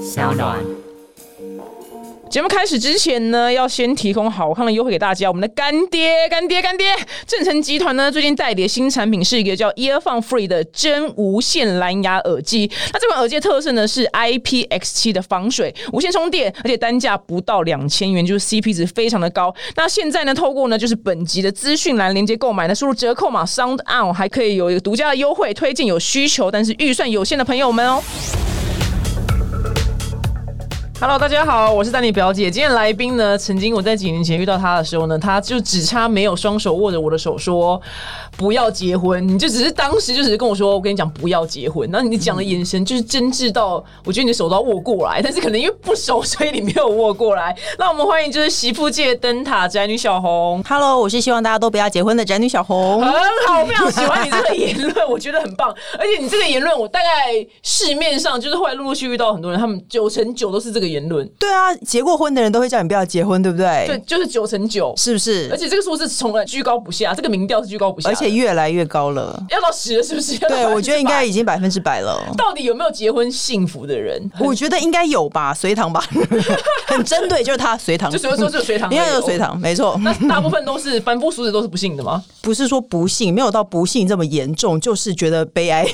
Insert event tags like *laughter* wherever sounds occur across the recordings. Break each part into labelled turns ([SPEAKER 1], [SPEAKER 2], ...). [SPEAKER 1] 小暖。
[SPEAKER 2] 节目开始之前呢，要先提供好康的优惠给大家。我们的干爹，干爹，干爹！正成集团呢，最近代理的新产品是一个叫 Earphone Free 的真无线蓝牙耳机。那这款耳机的特色呢是 IPX7 的防水、无线充电，而且单价不到两千元，就是 CP 值非常的高。那现在呢，透过呢就是本集的资讯栏连接购买呢，输入折扣码 Sound On，还可以有一个独家的优惠，推荐有需求但是预算有限的朋友们哦。Hello，大家好，我是丹尼表姐。今天来宾呢，曾经我在几年前遇到他的时候呢，他就只差没有双手握着我的手说不要结婚。你就只是当时就只是跟我说，我跟你讲不要结婚。然后你讲的眼神就是真挚到，我觉得你的手都要握过来，但是可能因为不熟，所以你没有握过来。那我们欢迎就是媳妇界的灯塔宅女小红。
[SPEAKER 3] Hello，我是希望大家都不要结婚的宅女小红
[SPEAKER 2] 很。好，我非常喜欢你这个言论，我觉得很棒。而且你这个言论，我大概市面上就是后来陆陆续续遇到很多人，他们九成九都是这个言论。
[SPEAKER 3] 对啊，结过婚的人都会叫你不要结婚，对不对？
[SPEAKER 2] 对，，就是九成九，
[SPEAKER 3] 是不是？
[SPEAKER 2] 而且这个数字从来居高不下，这个民调是居高不下的，
[SPEAKER 3] 而且越来越高了。
[SPEAKER 2] 要到十了，是不是？
[SPEAKER 3] 对，
[SPEAKER 2] *laughs*
[SPEAKER 3] 我觉得应该
[SPEAKER 2] 要到100
[SPEAKER 3] 已经百分之百
[SPEAKER 2] *laughs*
[SPEAKER 3] 了。
[SPEAKER 2] 到底有没有结婚幸福的人？
[SPEAKER 3] 我觉得应该有吧，隋
[SPEAKER 2] *laughs*
[SPEAKER 3] 唐吧，很针对，就是他隋唐，
[SPEAKER 2] 就所以说只有隋唐而已哦
[SPEAKER 3] 应该有隋唐，没错。
[SPEAKER 2] 那大部分都是凡夫俗子都是不幸的
[SPEAKER 3] *laughs*
[SPEAKER 2] 吗？
[SPEAKER 3] 不是说不幸，没有到不幸这么严重，就是觉得悲哀。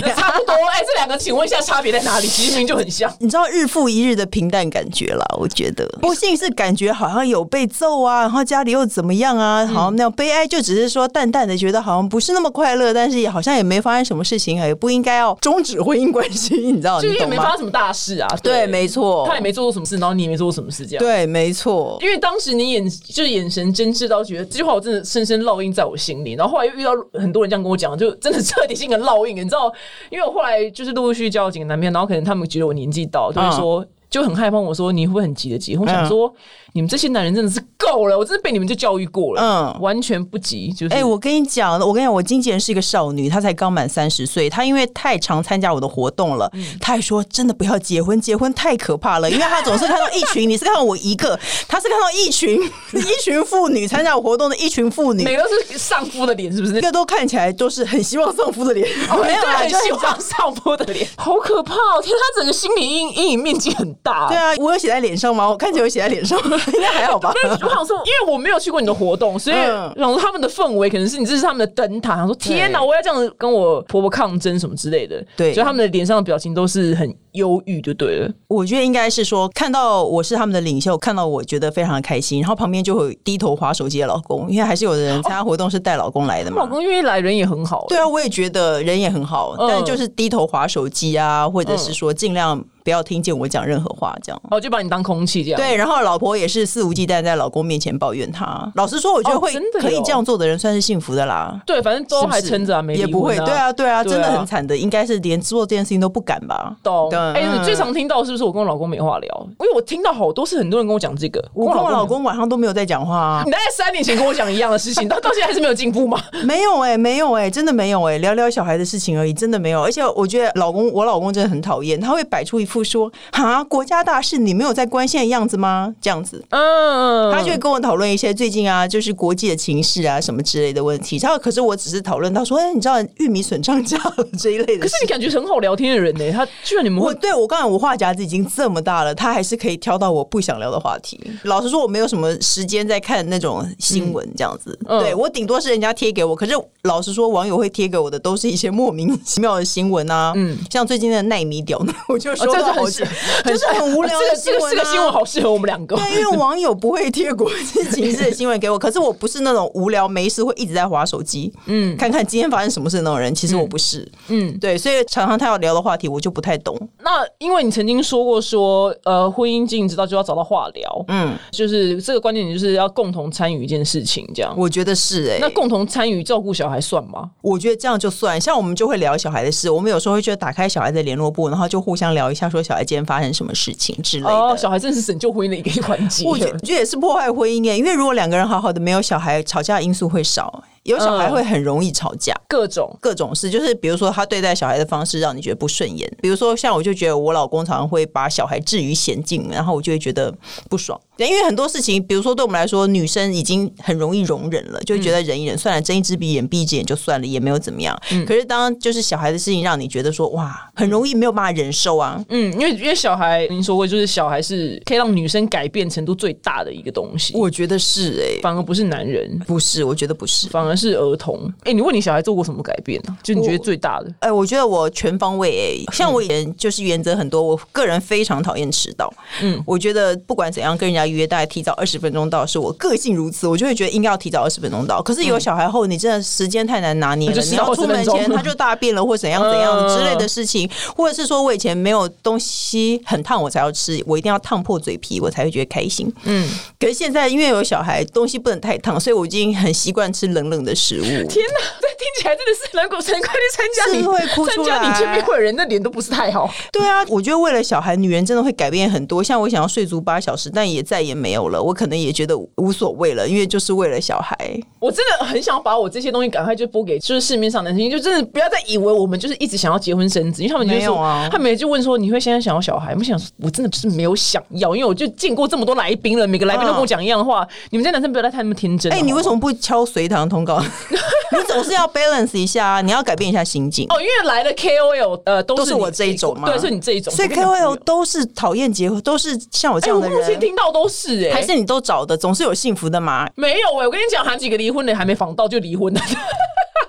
[SPEAKER 2] 那差不多。哎、这两个请问一下差别在哪里？其实明明就很像。
[SPEAKER 3] 你知道日复一日的平淡感觉啦，我觉
[SPEAKER 2] 嗯
[SPEAKER 3] 得不幸是感觉好像有被揍啊，然后家里又怎么样
[SPEAKER 2] 嗯
[SPEAKER 3] 啊，好像那样悲哀就只是说淡淡的觉得好像不是那么快乐，但是也好像也没发生什么事情，也不应该要终止婚姻关系，你知道
[SPEAKER 2] 就
[SPEAKER 3] 你
[SPEAKER 2] 是也
[SPEAKER 3] 懂
[SPEAKER 2] 没发
[SPEAKER 3] 吗
[SPEAKER 2] 生？什么大事啊，
[SPEAKER 3] 对，没错
[SPEAKER 2] 他，也没做错什么事，然后你也没做错什么事，这样。
[SPEAKER 3] 对，没错。
[SPEAKER 2] 因为当时你眼就是眼神真挚到觉得这句话我真的深深烙印在我心里，然后后来又遇到很多人这样跟我讲，就真的 *laughs* 彻底性的烙印。你知道，因为我后来就是陆陆续续交了几个男朋友，然后可能他们觉得我年纪到，就会说。就很害怕问我说：“你会不会很急的结婚？”我想说，你们这些男人真的是够了，我真的被你们就教育过了，
[SPEAKER 3] 嗯
[SPEAKER 2] 完全不急。就是，
[SPEAKER 3] 哎、我跟你讲，我跟你讲，我经纪人是一个少女，她才刚满三十岁。她因为太常参加我的活动了，
[SPEAKER 2] 嗯
[SPEAKER 3] 她还说真的不要结婚，结婚太可
[SPEAKER 2] *laughs*
[SPEAKER 3] 怕了，因为她总是看到一群，你是看到我一个，她是看到一群 *laughs* 一群妇女参加我活动的一群妇女，
[SPEAKER 2] 每个都是丧夫的脸，是不是？
[SPEAKER 3] 每个都看起来都是很希望丧
[SPEAKER 2] *laughs*
[SPEAKER 3] 夫的脸，没有
[SPEAKER 2] 哦对
[SPEAKER 3] 啦，
[SPEAKER 2] 啊很
[SPEAKER 3] 就
[SPEAKER 2] 希望上坡的脸，好可怕、哦！天，他整个心理阴阴影面积很大。
[SPEAKER 3] 对啊，我有写在脸上吗？我看起来有写在脸上，应该还
[SPEAKER 2] *laughs*
[SPEAKER 3] 好吧。
[SPEAKER 2] 但是我想说，因为我没有去过你的活动，所以
[SPEAKER 3] 嗯
[SPEAKER 2] 想说他们的氛围可能是你这是他们的灯塔。想说天哪，我要这样子跟我婆婆抗争什么之类的。
[SPEAKER 3] 对
[SPEAKER 2] 所以他们的脸上的表情都是很忧郁，就对了。
[SPEAKER 3] 我觉得应该是说，看到我是他们的领袖，看到我觉得非常的开心，然后旁边就会有低头划手机的老公，因为还是有的人参加活动是带老公来的嘛。
[SPEAKER 2] 老公愿意来，人也很好、
[SPEAKER 3] 啊对啊，我也觉得人也很好，
[SPEAKER 2] 嗯
[SPEAKER 3] 但就是低头划手机啊，或者是说尽量不要听见我讲任何话这样。
[SPEAKER 2] 然后就把你当空气这样。，
[SPEAKER 3] 对，然后老婆也是肆无忌惮在老公面前抱怨他。老实说，我觉得
[SPEAKER 2] 哦
[SPEAKER 3] 会
[SPEAKER 2] 真的
[SPEAKER 3] 可以
[SPEAKER 2] 有
[SPEAKER 3] 这样做的人算是幸福的啦，
[SPEAKER 2] 对，反正都还撑着啊，没
[SPEAKER 3] 也
[SPEAKER 2] 离
[SPEAKER 3] 不
[SPEAKER 2] 婚
[SPEAKER 3] 会。对啊，对啊，
[SPEAKER 2] 对
[SPEAKER 3] 真的
[SPEAKER 2] 啊
[SPEAKER 3] 很惨的，应该是连做这件事情都不敢吧？
[SPEAKER 2] 懂。
[SPEAKER 3] 对
[SPEAKER 2] 哎、
[SPEAKER 3] 嗯
[SPEAKER 2] 你最常听到是不是我跟我老公没话聊？因为我听到好多是很多人跟我讲这个，
[SPEAKER 3] 我跟我老
[SPEAKER 2] 没。
[SPEAKER 3] 公晚上都没有在讲话啊
[SPEAKER 2] *laughs* 你，大概三年前跟我讲一样的事情， *laughs* 到到现在还是没有进步吗？
[SPEAKER 3] 没有哎、没有哎、真的没有哎、聊聊小孩的事情而已，真的没有。而且我觉得老公，我老公真的很讨厌，他会摆出一副说“哈，国家大事你没有在关心的样子吗？”这样子，
[SPEAKER 2] 嗯，
[SPEAKER 3] 他就会跟我讨论一些最近啊，就是国际的情势啊什么之类的问题。然后可是我只是讨论到说，哎、你知道玉米笋涨价了这一类的
[SPEAKER 2] 可
[SPEAKER 3] 事
[SPEAKER 2] 是。你感觉很好聊天的人呢、他居然你们
[SPEAKER 3] 我
[SPEAKER 2] 会
[SPEAKER 3] 对我刚才我话匣子已经这么大了，他还是可以挑到我不想聊的话题。老实说，我没有什么时间在看那种新闻这样子。
[SPEAKER 2] 嗯
[SPEAKER 3] 对我顶多是人家贴给我，可是老实说，网友会贴给我的都是一些莫名 *laughs* 其妙的新闻啊。嗯，像最近的奈米屌呢，我就
[SPEAKER 2] 哦
[SPEAKER 3] 说到好
[SPEAKER 2] 这
[SPEAKER 3] 久、
[SPEAKER 2] 个
[SPEAKER 3] *laughs* 就是很无聊
[SPEAKER 2] 这
[SPEAKER 3] 的
[SPEAKER 2] 个
[SPEAKER 3] 新
[SPEAKER 2] 这
[SPEAKER 3] 闻、
[SPEAKER 2] 个
[SPEAKER 3] 啊
[SPEAKER 2] 这个新闻好适合我们两个。
[SPEAKER 3] 对，因为网友不会贴国
[SPEAKER 2] *laughs*
[SPEAKER 3] 际情势的新闻给我，可是我不是那种无聊没事会一直在划手机，嗯，看看今天发生什么事的那种人。其实我不是，
[SPEAKER 2] 嗯
[SPEAKER 3] 嗯，对，所以常常他要聊的话题我就不太懂，
[SPEAKER 2] 那因为你曾经说过说，呃，婚姻经营之道就要找到话聊，
[SPEAKER 3] 嗯，
[SPEAKER 2] 就是这个关键点就是要共同参与一件事情，这样。
[SPEAKER 3] 我觉得是哎、
[SPEAKER 2] 那共同参与照顾小孩算吗？
[SPEAKER 3] 我觉得这样就算，像我们就会聊小孩的事，我们有时候会去打开小孩的联络簿，然后就互相聊一下，说小孩今天发生什么事情之类的。
[SPEAKER 2] 哦，小孩真的是拯救婚姻的一个环
[SPEAKER 3] *laughs*
[SPEAKER 2] 节。
[SPEAKER 3] 我觉得这也是破坏婚姻耶，欸因为如果两个人好好的，没有小孩，吵架的因素会少，欸有小孩
[SPEAKER 2] 嗯
[SPEAKER 3] 会很容易吵架。
[SPEAKER 2] 各种
[SPEAKER 3] 各种事，就是比如说他对待小孩的方式让你觉得不顺眼，比如说像我就觉得我老公常常会把小孩置于险境，然后我就会觉得不爽。对，因为很多事情，比如说对我们来说，女生已经很容易容忍了，就会觉得忍一忍、算了，睁一只鼻眼闭一只眼就算了，也没有怎么样。可是当就是小孩的事情让你觉得说哇，很容易没有办法忍受啊，
[SPEAKER 2] 嗯，因为因为小孩，您说过，就是小孩是可以让女生改变程度最大的一个东西，
[SPEAKER 3] 我觉得是哎、
[SPEAKER 2] 反而不是男人，
[SPEAKER 3] 不是，我觉得不是。
[SPEAKER 2] 反而是儿童。哎、你问你小孩做过什么改变呢、就你觉得最大的？
[SPEAKER 3] 哎、我觉得我全方位、欸，像我以前就是原则很多，我个人非常讨厌迟到。嗯，我觉得不管怎样跟人家约，大概提早二十分钟到，是我个性如此，我就会觉得应该要提早二十分钟到。可是有小孩后，你真的时间太难拿捏
[SPEAKER 2] 嗯那
[SPEAKER 3] 了，
[SPEAKER 2] 就迟
[SPEAKER 3] 你
[SPEAKER 2] 到
[SPEAKER 3] 要出门
[SPEAKER 2] 20分钟嗯
[SPEAKER 3] 前他就大便了，或怎样怎样之类的事情，或者是说我以前没有东西很烫我才要吃，我一定要烫破嘴皮我才会觉得开心。嗯，可是现在因为有小孩，东西不能太烫，所以我已经很习惯吃冷冷的食
[SPEAKER 2] *laughs*
[SPEAKER 3] 物。
[SPEAKER 2] 天哪，这听起来真的是蓝狗神，快去参加你
[SPEAKER 3] 是会哭
[SPEAKER 2] 参
[SPEAKER 3] 出
[SPEAKER 2] 加你见面
[SPEAKER 3] 来
[SPEAKER 2] 会的人的脸都不是太好。
[SPEAKER 3] 对啊，我觉得为了小孩，女人真的会改变很多。像我想要睡足八小时，但也再也没有了。我可能也觉得无所谓了，因为就是为了小孩。
[SPEAKER 2] 我真的很想把我这些东西赶快就播给就是市面上的男生，就真的不要再以为我们就是一直想要结婚生子，因为他们就
[SPEAKER 3] 没
[SPEAKER 2] 说，
[SPEAKER 3] 有啊
[SPEAKER 2] 他们也就问说你会现在想要小孩吗？我想说我真的就是没有想要，因为我就见过这么多来宾了，每个来宾都跟我讲一样的话，你们这些男生不要再太那么天真了。
[SPEAKER 3] 啊哎、你
[SPEAKER 2] 好不
[SPEAKER 3] 为什
[SPEAKER 2] 好
[SPEAKER 3] 么不敲隋唐通告？ *laughs* 你总是要 balance 一下啊，你要改变一下心境。
[SPEAKER 2] 哦，因为来的 KOL 呃都
[SPEAKER 3] 都
[SPEAKER 2] 是
[SPEAKER 3] 是我
[SPEAKER 2] 你
[SPEAKER 3] 这一种吗
[SPEAKER 2] 对，是你这一种，
[SPEAKER 3] 所以
[SPEAKER 2] 我跟你讲
[SPEAKER 3] KOL 都是讨厌结婚，都是像我这
[SPEAKER 2] 哎，
[SPEAKER 3] 样
[SPEAKER 2] 我
[SPEAKER 3] 的
[SPEAKER 2] 目前
[SPEAKER 3] 人，
[SPEAKER 2] 听到都是哎、
[SPEAKER 3] 还是你都找的，总是有幸福的嘛？
[SPEAKER 2] 没有哎、我跟你讲，还几个离婚的还没防到就离婚的。 *laughs*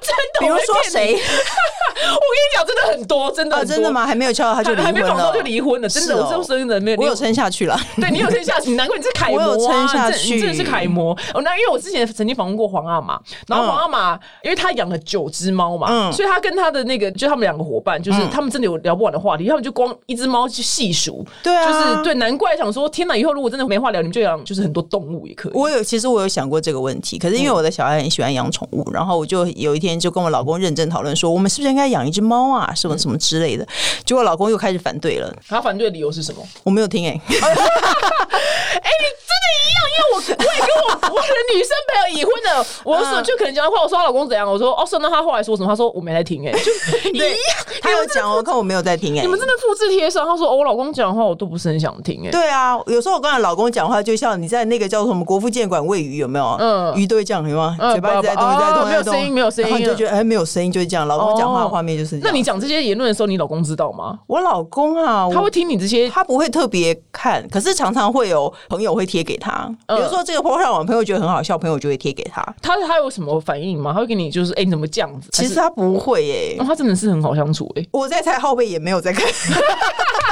[SPEAKER 2] 真的，
[SPEAKER 3] 比如
[SPEAKER 2] 我在
[SPEAKER 3] 说
[SPEAKER 2] 骗你我
[SPEAKER 3] 谁
[SPEAKER 2] 跟你讲，真的很多，真的
[SPEAKER 3] 啊，
[SPEAKER 2] 很多
[SPEAKER 3] 真的吗？还没有敲到他就
[SPEAKER 2] 还
[SPEAKER 3] 离
[SPEAKER 2] 还
[SPEAKER 3] 婚
[SPEAKER 2] 没访
[SPEAKER 3] 了，
[SPEAKER 2] 到就离婚了，真的，
[SPEAKER 3] 是
[SPEAKER 2] 我
[SPEAKER 3] 哦
[SPEAKER 2] 这真的没有。
[SPEAKER 3] 我有
[SPEAKER 2] 你
[SPEAKER 3] 撑下去了。
[SPEAKER 2] 对你有撑下去，难怪你是楷模、啊，
[SPEAKER 3] 我有撑下
[SPEAKER 2] 你真你真的是
[SPEAKER 3] 去
[SPEAKER 2] 楷模。哦，那因为我之前曾经访问过黄阿玛，然后
[SPEAKER 3] 嗯
[SPEAKER 2] 黄阿玛、因为她养了九只猫嘛，
[SPEAKER 3] 嗯
[SPEAKER 2] 所以她跟她的那个就他们两个伙伴，就是他们真的有聊不完的话题，他们就光一只猫去细数，
[SPEAKER 3] 对啊
[SPEAKER 2] 就是对，难怪想说，天哪，以后如果真的没话聊，你们就养就是很多动物也可以。
[SPEAKER 3] 我有，其实我有想过这个问题，可是因为
[SPEAKER 2] 嗯
[SPEAKER 3] 我的小孩很喜欢养宠物，然后我就有一天就跟我老公认真讨论说，我们是不是应该养一只猫啊，什么什么之类的。结果老公又开始反对了，
[SPEAKER 2] 她反对的理由是什么？
[SPEAKER 3] 我没有
[SPEAKER 2] *laughs*
[SPEAKER 3] 听哎、
[SPEAKER 2] 哎、你真的一样，因为我我也跟我我的女生朋友已婚的，我有时候就可能讲的话，我说她老公怎样，我说哦，是那她后来说什么？她说我没来听、 *laughs* 哎，就一样
[SPEAKER 3] 对。，他有讲哦，可我没有在听哎、
[SPEAKER 2] 你们真的复制贴上，她说、哦、我老公讲的话我都不是很想听、哎，
[SPEAKER 3] 对啊，有时候我跟我老公讲话，就像你在那个叫什么国父建馆喂鱼，有没有？
[SPEAKER 2] 嗯
[SPEAKER 3] 鱼都会这样，有吗？
[SPEAKER 2] 嗯
[SPEAKER 3] 嘴巴一直在动，一直在
[SPEAKER 2] 哦
[SPEAKER 3] 动，
[SPEAKER 2] 没有
[SPEAKER 3] 一直在动
[SPEAKER 2] 声音没有声音
[SPEAKER 3] 然后你就觉得哎，没有声音，就是这样。老公讲话
[SPEAKER 2] 哦
[SPEAKER 3] 画面就是这
[SPEAKER 2] 那
[SPEAKER 3] 样。
[SPEAKER 2] 你讲这些言论的时候，你老公知道吗？
[SPEAKER 3] 我老公啊，
[SPEAKER 2] 他
[SPEAKER 3] 我
[SPEAKER 2] 会听你这些
[SPEAKER 3] 他不会特别看，可是常常会有朋友会贴给他，比
[SPEAKER 2] 嗯
[SPEAKER 3] 如说这个 po 上网，朋友觉得很好笑，朋友就会贴给他。
[SPEAKER 2] 他他有什么反应吗？他会给你就是，哎、你怎么这样子？
[SPEAKER 3] 其实
[SPEAKER 2] 还
[SPEAKER 3] 他不会耶、
[SPEAKER 2] 是、哦他真的是很好相处、哎、
[SPEAKER 3] 我在猜浩贝也没有在看，
[SPEAKER 2] *laughs*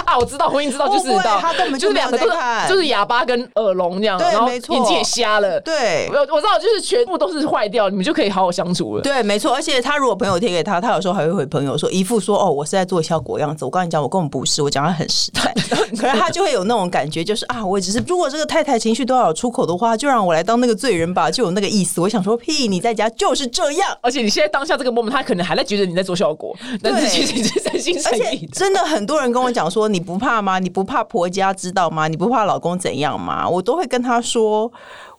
[SPEAKER 2] 啊，我知道，婚姻知道就知
[SPEAKER 3] 不会
[SPEAKER 2] 道，
[SPEAKER 3] 他根本
[SPEAKER 2] 就
[SPEAKER 3] 就是没
[SPEAKER 2] 两个
[SPEAKER 3] 有
[SPEAKER 2] 都是
[SPEAKER 3] 在看
[SPEAKER 2] 就是哑巴跟耳聋这样，
[SPEAKER 3] 对
[SPEAKER 2] 然后
[SPEAKER 3] 没错
[SPEAKER 2] 眼睛也瞎了，
[SPEAKER 3] 对
[SPEAKER 2] *laughs* 我我知道，就是全部都是坏掉，你们就可以好好相处了。
[SPEAKER 3] 对，没错。而且他如果朋友贴给他，他有时候还会回朋友说一副说哦，我是在做效果样子。我跟你讲，我根本不是，我讲话很实在。 *laughs* 可是他就会有那种感觉，就是啊，我只是如果这个太太情绪都要有出口的话，就让我来当那个罪人吧，就有那个意思。我想说，屁，你在家就是这样。
[SPEAKER 2] 而且你现在当下这个 moment，他可能还在觉得你在做效果，但是
[SPEAKER 3] 对
[SPEAKER 2] 其实你是真心诚
[SPEAKER 3] 而
[SPEAKER 2] 意
[SPEAKER 3] 且
[SPEAKER 2] 的。
[SPEAKER 3] 真的很多人跟我讲说，你不怕吗？你不怕婆家知道吗？你不怕老公怎样吗？我都会跟他说。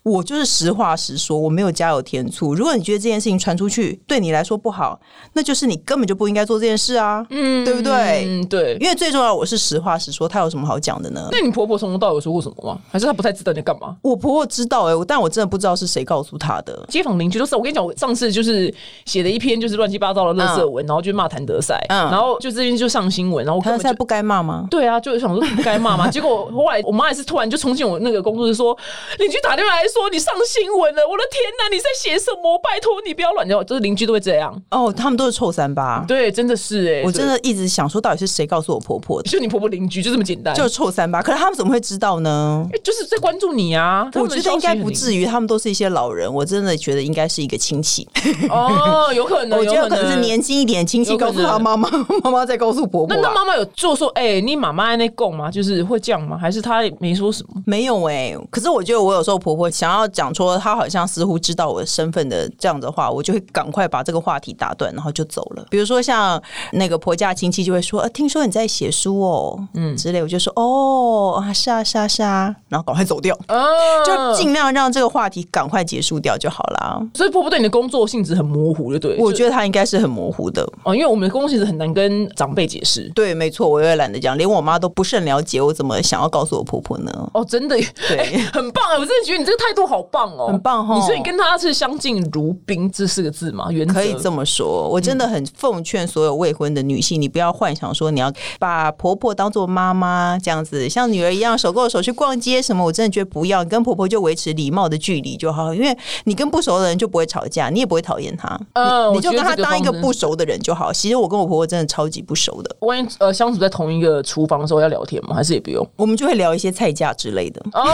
[SPEAKER 3] 我就是实话实说，我没有加油添醋。如果你觉得这件事情传出去对你来说不好，那就是你根本就不应该做这件事啊，嗯，对不对？
[SPEAKER 2] 嗯，对。
[SPEAKER 3] 因为最重要，我是实话实说，他有什么好讲的呢？
[SPEAKER 2] 那你婆婆从头到尾有说过什么吗？还是她不太知道你在干嘛？
[SPEAKER 3] 我婆婆知道哎、但我真的不知道是谁告诉她的。
[SPEAKER 2] 街坊邻居都是，我跟你讲，我上次就是写了一篇就是乱七八糟的垃圾文，然后就骂谭德赛，
[SPEAKER 3] 嗯
[SPEAKER 2] 然后就这边就上新闻，然后我根
[SPEAKER 3] 她
[SPEAKER 2] 本就
[SPEAKER 3] 在不该骂吗？
[SPEAKER 2] 对啊，就想说不该
[SPEAKER 3] *laughs*
[SPEAKER 2] 骂嘛。结果后来我妈也是突然就冲进我那个工作室说，邻居打电话来说你上新闻了，我的天哪，你在写什么？拜托你不要乱讲，就是邻居都会这样。
[SPEAKER 3] 哦，他们都是臭三八。
[SPEAKER 2] 对，真的是哎、
[SPEAKER 3] 我真的一直想说，到底是谁告诉我婆婆的？
[SPEAKER 2] 就你婆婆邻居就这么简单，
[SPEAKER 3] 就
[SPEAKER 2] 就是
[SPEAKER 3] 臭三八。可是他们怎么会知道呢？
[SPEAKER 2] 就是在关注你啊。
[SPEAKER 3] 我觉得应该不
[SPEAKER 2] 于
[SPEAKER 3] 至于，他们都是一些老人，我真的觉得应该是一个亲戚。 *laughs*
[SPEAKER 2] 哦，有可能，
[SPEAKER 3] 我觉得
[SPEAKER 2] 有
[SPEAKER 3] 可能是。年轻一点亲戚
[SPEAKER 2] 有可
[SPEAKER 3] 告
[SPEAKER 2] 能
[SPEAKER 3] 诉他妈 *laughs* 妈，妈妈再告诉婆
[SPEAKER 2] 那
[SPEAKER 3] 婆、
[SPEAKER 2] 那
[SPEAKER 3] 啊。
[SPEAKER 2] 妈妈有就说，哎、你妈妈在那供吗？就是会这样吗？还是她没说什么？
[SPEAKER 3] 欸没有哎、可是我觉得我有时候婆婆想要讲说他好像似乎知道我的身份的这样的话，我就会赶快把这个话题打断，然后就走了。比如说像那个婆家亲戚就会说：“呃，听说你在写书哦，嗯之类。”我就说：“哦，啊是啊是啊是啊。” *laughs* 然后赶快走掉，
[SPEAKER 2] 嗯，
[SPEAKER 3] 就尽量让这个话题赶快结束掉就好啦。
[SPEAKER 2] 所以婆婆对你的工作性质很模糊，就对了。
[SPEAKER 3] 我
[SPEAKER 2] 就
[SPEAKER 3] 觉得他应该是很模糊的。
[SPEAKER 2] 哦，因为我们的工作性质很难跟长辈解释。
[SPEAKER 3] 对，没错，我也懒得讲，连我妈都不甚了解，我怎么想要告诉我婆婆呢？
[SPEAKER 2] 哦，真的耶，对很棒 *laughs* 哎！我真的觉得你这个态度好棒哦，
[SPEAKER 3] 很棒哦
[SPEAKER 2] 你所以跟他是相敬如宾这四个字嘛，原则
[SPEAKER 3] 可以这么说，我真的
[SPEAKER 2] 嗯
[SPEAKER 3] 很奉劝所有未婚的女性，你不要幻想说你要把婆婆当做妈妈这样子，像女儿一样手勾手去逛街什么，我真的觉得不要，你跟婆婆就维持礼貌的距离就好，因为你跟不熟的人就不会吵架，你也不会讨厌她，
[SPEAKER 2] 嗯
[SPEAKER 3] 你
[SPEAKER 2] 我
[SPEAKER 3] 你就
[SPEAKER 2] 觉
[SPEAKER 3] 跟
[SPEAKER 2] 得
[SPEAKER 3] 她
[SPEAKER 2] 这个
[SPEAKER 3] 当一个
[SPEAKER 2] 方针
[SPEAKER 3] 不熟的人就好。其实我跟我婆婆真的超级不熟的，
[SPEAKER 2] 万一呃相处在同一个厨房的时候要聊天吗？还是也不用？
[SPEAKER 3] 我们就会聊一些菜价之类的。 *laughs*
[SPEAKER 2] 哦，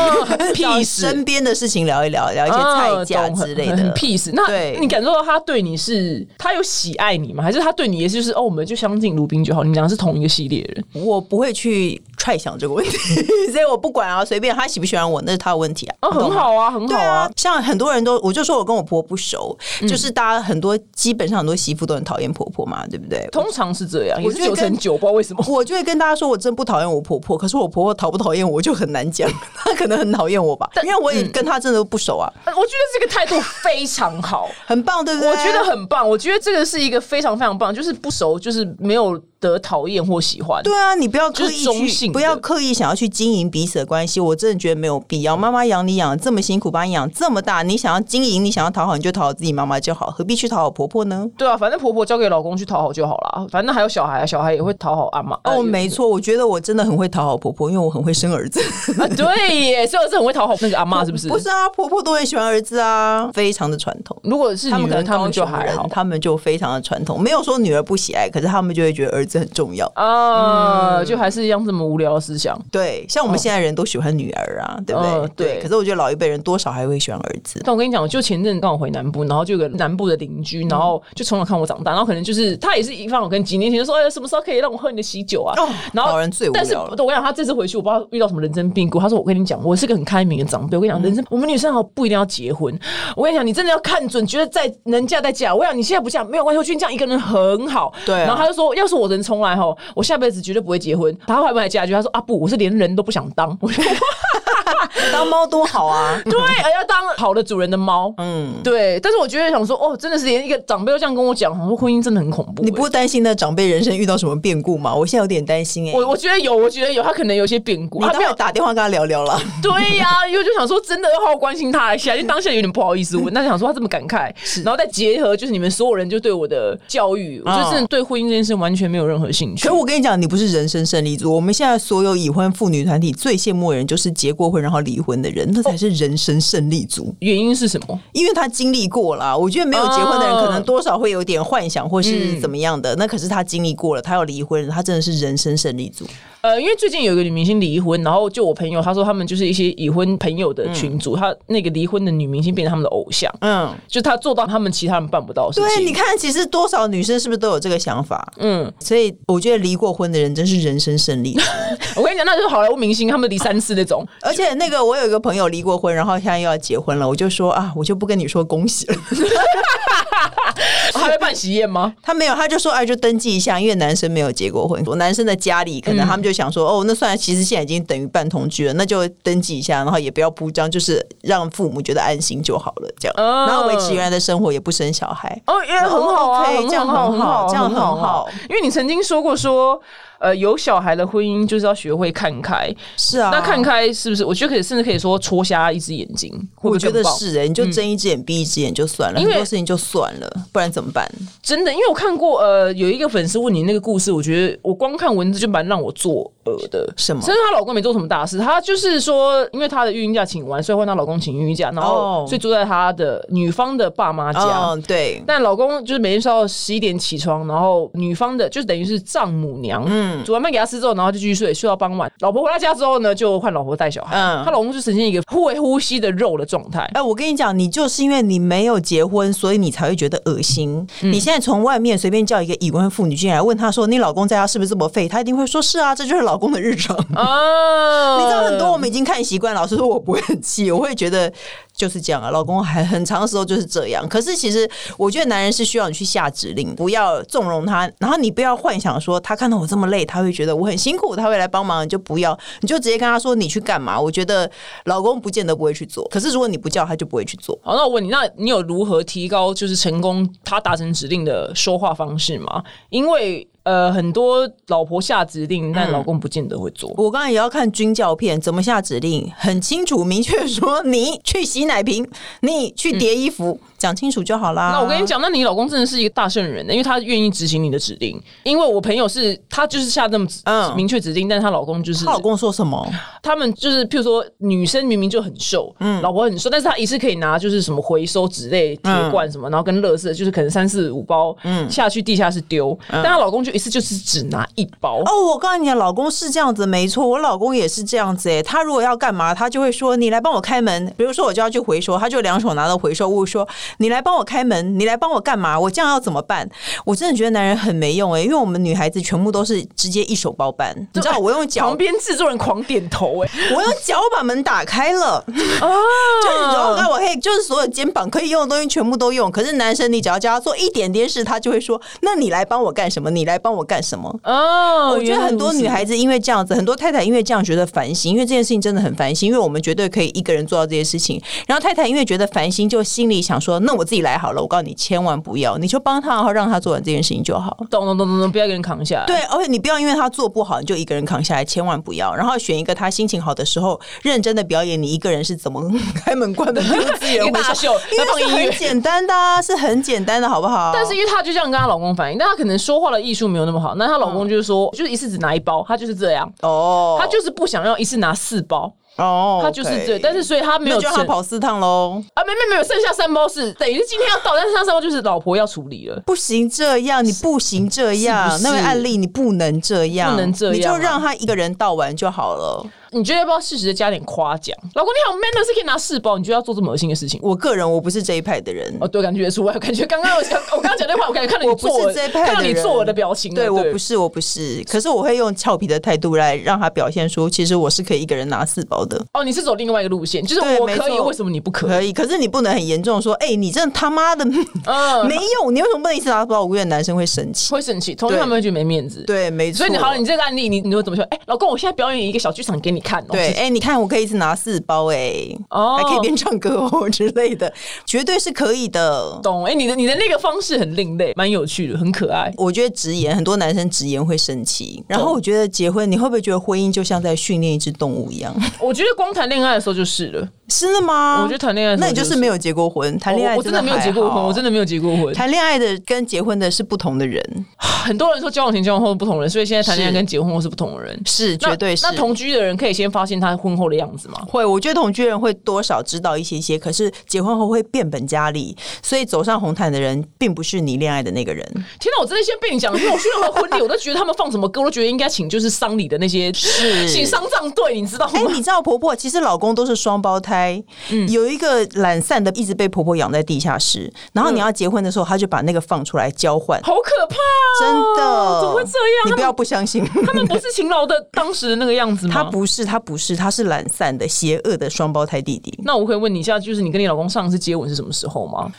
[SPEAKER 2] 屁
[SPEAKER 3] 找
[SPEAKER 2] 事
[SPEAKER 3] 身，边的事情聊一聊，聊一些
[SPEAKER 2] 嗯哦
[SPEAKER 3] 菜价之类的。
[SPEAKER 2] 屁事。那
[SPEAKER 3] 对
[SPEAKER 2] 你感受到他对你是他有喜爱你吗？还是他对你也是就是哦，我们就相敬如宾就好？你们俩是同一个系列的人，
[SPEAKER 3] 我不会去揣想这个问题， *laughs* 所以我不管啊，随便他喜不喜欢我，那是他的问题啊。
[SPEAKER 2] 哦，
[SPEAKER 3] 你懂
[SPEAKER 2] 很
[SPEAKER 3] 吗。
[SPEAKER 2] 好啊，很嗯好
[SPEAKER 3] 对啊
[SPEAKER 2] 啊。，
[SPEAKER 3] 像很多人都，我就说我跟我婆婆不熟，就是大家很多基本上很多媳妇都很讨厌婆婆嘛，对不对？
[SPEAKER 2] 通常是这样，也
[SPEAKER 3] 我
[SPEAKER 2] 是
[SPEAKER 3] 觉得
[SPEAKER 2] 九
[SPEAKER 3] 跟
[SPEAKER 2] 成九，不知道为什
[SPEAKER 3] *laughs*
[SPEAKER 2] 么。
[SPEAKER 3] 我就会跟大家说，我真不讨厌我婆婆，可是我婆婆讨不讨厌我就很难讲，她可能很讨厌我吧，因为我
[SPEAKER 2] 嗯
[SPEAKER 3] 也跟她真的不熟啊，
[SPEAKER 2] 呃我觉得这个态度非常好，
[SPEAKER 3] 很棒，对不啊对？
[SPEAKER 2] 我觉得很棒，我觉得这个是一个非常非常棒，就是不熟，就是没有得讨厌或喜欢。
[SPEAKER 3] 对啊，你不要刻
[SPEAKER 2] 就
[SPEAKER 3] 意
[SPEAKER 2] 是中性
[SPEAKER 3] 去，
[SPEAKER 2] 的
[SPEAKER 3] 不要刻意想要去经营彼此的关系，我真的觉得没有必要。妈妈养你养得这么辛苦，把你养这么大，你想要经营，你想要讨好，你就讨好自己妈妈就好，何必去讨好婆婆呢？
[SPEAKER 2] 对啊，反正婆婆交给老公去讨好就好啦。反正还有小孩，小孩也会讨好阿妈。
[SPEAKER 3] 哦， *laughs* 没错，我觉得我真的很会讨好婆婆，因为我很会生儿子。
[SPEAKER 2] 啊， *laughs* 对耶，所以我是很会讨好那个阿妈，是不是？
[SPEAKER 3] 不 *laughs* 是啊，婆婆都很喜欢儿子啊，非常的传统。
[SPEAKER 2] 如果是
[SPEAKER 3] 他们
[SPEAKER 2] 女
[SPEAKER 3] 可
[SPEAKER 2] 人，
[SPEAKER 3] 能
[SPEAKER 2] 他们
[SPEAKER 3] 高
[SPEAKER 2] 就
[SPEAKER 3] 雄
[SPEAKER 2] 还
[SPEAKER 3] 人
[SPEAKER 2] 好
[SPEAKER 3] 他们就非常的传统，没有说女儿不喜爱，可是他们就会觉得儿子很重要。嗯
[SPEAKER 2] 啊，就还是一样这么无聊的思想。
[SPEAKER 3] 对，像我们现在人都喜欢女儿啊，对不对？
[SPEAKER 2] 哦对
[SPEAKER 3] 哦对。可是我觉得老一辈人多少还会喜欢儿子。
[SPEAKER 2] 但我跟你讲，就前阵子刚好回南部，然后就有个南部的邻居，然后就从小看我长大，然后可能就是他也是一放我跟几年前就说，哎，什么时候可以让我喝你的喜酒啊？
[SPEAKER 3] 哦
[SPEAKER 2] 然后
[SPEAKER 3] 老人最无
[SPEAKER 2] 但是
[SPEAKER 3] 聊了
[SPEAKER 2] 我跟你讲，他这次回去，我不知道遇到什么人生病故。他说，我跟你讲，我是个很开明的长辈。我跟你讲，人生我们女生好不一定要结婚。我跟你讲，你真的要看准，觉得再能嫁再嫁。我跟你讲你现在不嫁没有关系，我觉得你这样一个人很好。
[SPEAKER 3] 对啊
[SPEAKER 2] 然后他就说，要是我能重来吼，我下辈子绝对不会结婚。他后来不还嫁去，他说啊不，我是连人都不想当。我就
[SPEAKER 3] 当猫多好 *laughs* 啊！
[SPEAKER 2] 对，而要当好的主人的猫。嗯，对。但是我觉得想说，哦，真的是连一个长辈都这样跟我讲，我说婚姻真的很恐怖、
[SPEAKER 3] 你不会担心那长辈人生遇到什么变故吗？我现在有点担心哎、
[SPEAKER 2] 欸。我我觉得有，我觉得有，他可能有些变故，
[SPEAKER 3] 你
[SPEAKER 2] 他
[SPEAKER 3] 待
[SPEAKER 2] 没有
[SPEAKER 3] 会打电话跟他聊
[SPEAKER 2] *laughs*
[SPEAKER 3] 聊啦。
[SPEAKER 2] 对呀、因为我就想说，真的要好好关心他一下，因为当下有点不好意思
[SPEAKER 3] *laughs*
[SPEAKER 2] 问，但是想说他这么感慨，然后再结合就是你们所有人就对我的教育，我就真的对婚姻这件事完全没有任何兴趣
[SPEAKER 3] 嗯可。我跟你讲，你不是人生胜利组。我们现在所有已婚妇女团体最羡慕的人，就是结过婚然后离婚的人，那才是人生胜利组。
[SPEAKER 2] 原因是什么？
[SPEAKER 3] 因为他经历过啦。我觉得没有结婚的人
[SPEAKER 2] 哦嗯
[SPEAKER 3] 可能多少会有点幻想或是怎么样的，那可是他经历过了，他要离婚，他真的是人生胜利组。
[SPEAKER 2] 呃，因为最近有一个女明星离婚，然后就我朋友他说他们就是一些已婚朋友的群组，他那个离婚的女明星变成他们的偶像，
[SPEAKER 3] 嗯，
[SPEAKER 2] 就他做到他们其他人办不到的事
[SPEAKER 3] 对，
[SPEAKER 2] 情。
[SPEAKER 3] 你看，其实多少女生是不是都有这个想法？
[SPEAKER 2] 嗯，
[SPEAKER 3] 所以我觉得离过婚的人真是人生胜利组。
[SPEAKER 2] 我跟你讲，那就是好莱坞明星他们离三次那
[SPEAKER 3] *laughs*
[SPEAKER 2] 种，哦
[SPEAKER 3] 而且那个我有一个朋友离过婚，然后现在又要结婚了，我就说啊，我就不跟你说恭喜了。 *laughs*
[SPEAKER 2] 还会办喜宴吗？
[SPEAKER 3] 他没有，他就说哎、就登记一下，因为男生没有结过婚，我男生的家里可能
[SPEAKER 2] 嗯
[SPEAKER 3] 他们就想说，哦，那算了，其实现在已经等于半同居了，那就登记一下，然后也不要铺张，就是让父母觉得安心就好了，这样，
[SPEAKER 2] 嗯
[SPEAKER 3] 然后维持原来的生活，也不生小孩。
[SPEAKER 2] 哦，也很好啊，
[SPEAKER 3] OK，
[SPEAKER 2] 很好
[SPEAKER 3] 这样
[SPEAKER 2] 很
[SPEAKER 3] 很好这样很好
[SPEAKER 2] 因为你曾经说过说，呃，有小孩的婚姻就是要学会看开。
[SPEAKER 3] 是啊，
[SPEAKER 2] 那看。开是不是？我觉得可以，甚至可以说戳瞎一只眼睛，会不
[SPEAKER 3] 我
[SPEAKER 2] 会
[SPEAKER 3] 觉
[SPEAKER 2] 更
[SPEAKER 3] 得
[SPEAKER 2] 棒
[SPEAKER 3] 是哎、你就睁一只眼闭一只眼就算了，
[SPEAKER 2] 嗯因
[SPEAKER 3] 很
[SPEAKER 2] 为
[SPEAKER 3] 多事情就算了，不然怎么办？
[SPEAKER 2] 真的，因为我看过，呃，有一个粉丝问你那个故事，我觉得我光看文字就蛮让我作呕的。
[SPEAKER 3] 什么
[SPEAKER 2] 甚至她老公没做什么大事，她就是说，因为她的育婴假请完，所以换她老公请育婴假，然后
[SPEAKER 3] 哦
[SPEAKER 2] 所以住在她的女方的爸妈家。
[SPEAKER 3] 哦，对，
[SPEAKER 2] 但老公就是每天睡到十一点起床，然后女方的就是等于是丈母娘，嗯，煮完饭给她吃之后，然后就继续睡，睡到傍晚。老婆回到家之后呢，就换老婆带小孩，
[SPEAKER 3] 嗯
[SPEAKER 2] 她老公就呈现一个互为呼吸的肉的状
[SPEAKER 3] *laughs*
[SPEAKER 2] 态。
[SPEAKER 3] 哎、我跟你讲，你就是因为你没有结婚，所以你才会觉得恶心。你现在从外面随便叫一个已婚妇女进来，问她说你老公在家是不是这么废，她一定会说是啊，这就是老公的日常。 *laughs*
[SPEAKER 2] 啊，
[SPEAKER 3] 哦你知道很多我们已经看习惯，老实说，我不会很气，我会觉得就是这样啊，老公还很长的时候就是这样。可是其实我觉得男人是需要你去下指令，不要纵容他，然后你不要幻想说他看到我这么累，他会觉得我很辛苦，他会来帮忙，你就不要，你就直接跟他说你去干嘛。我觉得老公不见得不会去做，可是如果你不叫他就不会去做。
[SPEAKER 2] 好，那我问你，那你有如何提高就是成功他达成指令的说话方式吗？因为呃，很多老婆下指令，但老公不见得会做。
[SPEAKER 3] 我刚才也要看军教片，怎么下指令，很清楚明确说你去洗奶瓶，你去叠衣服，讲、清楚就好啦。
[SPEAKER 2] 嗯那我跟你。讲，那你老公真的是一个大圣人，因为他愿意执行你的指令。因为我朋友是她就是下这么指
[SPEAKER 3] 嗯
[SPEAKER 2] 明确指令，但是她老公就是
[SPEAKER 3] 她老公说什么？
[SPEAKER 2] 他们就是，譬如说，女生明明就很瘦，嗯，老婆很瘦，但是她一次可以拿就是什么回收纸类、铁罐什么，然后跟乐色就是可能三四五包，嗯，下去地下室丢，但她老公就一次就是只拿一包。
[SPEAKER 3] 哦，我告诉你，老公是这样子，没错，我老公也是这样子、诶，他如果要干嘛，他就会说：“你来帮我开门。”比如说，我就要去回收，他就两手拿到回收物说：“你来帮我开门，你来帮我干嘛？我这样要怎么办？”我真的觉得男人很没用欸诶、因为我们女孩子全部都是直接一手包办。你知道，我用脚
[SPEAKER 2] 旁，边制作人狂点头、哎，
[SPEAKER 3] 我用脚把门打开
[SPEAKER 2] *laughs*
[SPEAKER 3] 了，欸
[SPEAKER 2] 哦嗯
[SPEAKER 3] 就是然后那我可以，就是所有肩膀可以用的东西全部都用。可是男生，你只要叫他做一点点事，他就会说：“那你来帮我干什么？你来帮我干什么？”
[SPEAKER 2] 哦，
[SPEAKER 3] 我觉得很多女
[SPEAKER 2] 子
[SPEAKER 3] 孩子因为这样子，很多太太因为这样觉得烦心，因为这件事情真的很烦心，因为我们绝对可以一个人做到这些事情。然后太太因为觉得烦心，就心里想说：“那我自己来好了。”我告诉你，千万不要，你就帮他，然后让他做完这件事情就好。
[SPEAKER 2] 懂懂懂懂懂，不要一个人扛下来。
[SPEAKER 3] 对，而且你不要因为他做不好，你就一个人扛下来，千万不要。然后选一个他心情好的时候，认真的表演你一个人是怎么 *laughs* 开门关门、丢资 *laughs* 源
[SPEAKER 2] 一个大
[SPEAKER 3] 回收
[SPEAKER 2] 秀
[SPEAKER 3] 因为
[SPEAKER 2] 那放
[SPEAKER 3] 是
[SPEAKER 2] 音乐
[SPEAKER 3] 很简单的、啊，是很简单的，好不好？
[SPEAKER 2] 但是因为她就这样跟她老公反映，但她可能说话的艺术没有那么好，那她老公就是说，就是一次只拿一包，她就是这样，
[SPEAKER 3] 哦，
[SPEAKER 2] 她就是不想要一次拿四包，
[SPEAKER 3] 哦，
[SPEAKER 2] 她就是这，但是所以她没
[SPEAKER 3] 那
[SPEAKER 2] 有
[SPEAKER 3] 就让他
[SPEAKER 2] 成
[SPEAKER 3] 跑四趟喽。
[SPEAKER 2] 啊，没没没有，剩下三包是等于是今天要到，但是剩下三包就是老婆要处理了。
[SPEAKER 3] 不行这样，你不行这样，
[SPEAKER 2] 是不是
[SPEAKER 3] 那位案例你不能这样，
[SPEAKER 2] 不能这样啊
[SPEAKER 3] 你就让他一个人倒完就好了。
[SPEAKER 2] 你觉得要不要适时的加点夸奖？老公你好 man 的是可以拿四包，你就要做这么恶心的事情？
[SPEAKER 3] 我个人我不是这一派的人，
[SPEAKER 2] 哦，对，感觉得出来，我感觉刚刚我讲，我刚刚讲那话，我感觉看到
[SPEAKER 3] 我
[SPEAKER 2] 你
[SPEAKER 3] 不
[SPEAKER 2] 做我，
[SPEAKER 3] 是这一派的
[SPEAKER 2] 看
[SPEAKER 3] 人，
[SPEAKER 2] 到你做我的表情了，
[SPEAKER 3] 对我不是，我不是，可是我会用俏皮的态度来让他表现出，其实我是可以一个人拿四包的。
[SPEAKER 2] 哦，你是走另外一个路线，就是
[SPEAKER 3] 对
[SPEAKER 2] 我
[SPEAKER 3] 没
[SPEAKER 2] 可以，
[SPEAKER 3] 错
[SPEAKER 2] 为什么你不可以？
[SPEAKER 3] 可以，可是你不能很严重地说，哎、你真的他妈的 *laughs* 没
[SPEAKER 2] 嗯，
[SPEAKER 3] 有，你为什么不能一次拿四包？我觉得男生会生气。
[SPEAKER 2] 会生气，同事他们会觉得没面子。，
[SPEAKER 3] 对，没错。
[SPEAKER 2] 所以你好，你这个案例，你你会怎么说？哎，老公，我现在表演一个小剧场给你看哦。
[SPEAKER 3] 对，
[SPEAKER 2] 其实，
[SPEAKER 3] 哎、你看我可以一次拿四包、哎、
[SPEAKER 2] 哦
[SPEAKER 3] 还可以边唱歌哦 *laughs* 之类的，绝对是可以的。
[SPEAKER 2] 懂？哎，你的你的那个方式很另类，蛮有趣的，很可爱。
[SPEAKER 3] 我觉得直言，很多男生直言会生气。然后我觉得结婚，你会不会觉得婚姻就像在训练一只动物一样？ *laughs*
[SPEAKER 2] 我觉得光谈恋爱的时候就是了。
[SPEAKER 3] 是的吗？
[SPEAKER 2] 我觉得谈恋爱的时
[SPEAKER 3] 那
[SPEAKER 2] 候
[SPEAKER 3] 你就是没有结过婚，谈恋爱
[SPEAKER 2] 我我真的没有结过婚，我真
[SPEAKER 3] 的
[SPEAKER 2] 的没有结过婚
[SPEAKER 3] 还好。谈恋爱的跟结婚的是不同的人，
[SPEAKER 2] 很多人说交往前、交往后是不同人，所以现在谈恋爱
[SPEAKER 3] 是
[SPEAKER 2] 跟结婚后是不同人。
[SPEAKER 3] 是
[SPEAKER 2] 那
[SPEAKER 3] 绝对是
[SPEAKER 2] 那同居的人可以先发现他婚后的样子吗？
[SPEAKER 3] 会。我觉得同居人会多少知道一些些，可是结婚后会变本加厉，所以走上红毯的人并不是你恋爱的那个人。
[SPEAKER 2] 天哪，我真的先被你讲，因为我去任何婚礼，我都觉得他们放什么歌，我都觉得应该请就是丧礼的那些，请丧葬队，你知道吗
[SPEAKER 3] 哎、？你知道婆婆其实老公都是双胞胎，
[SPEAKER 2] 嗯
[SPEAKER 3] 有一个懒散的一直被婆婆养在地下室，然后你要结婚的时候，她就把那个放出来交换，
[SPEAKER 2] 好可怕、哦！
[SPEAKER 3] 真的
[SPEAKER 2] 怎么会这
[SPEAKER 3] 你
[SPEAKER 2] 样？
[SPEAKER 3] 不
[SPEAKER 2] 他
[SPEAKER 3] 要
[SPEAKER 2] 们
[SPEAKER 3] 不相信。 *laughs*
[SPEAKER 2] 他们不是勤劳的当时的那个样子吗？
[SPEAKER 3] 他。不是，他不是，他是懒散的、邪恶的双胞胎弟
[SPEAKER 2] *laughs*
[SPEAKER 3] 弟。
[SPEAKER 2] 那我可以问你一下，就是你跟你老公上一次接吻是什么时候吗？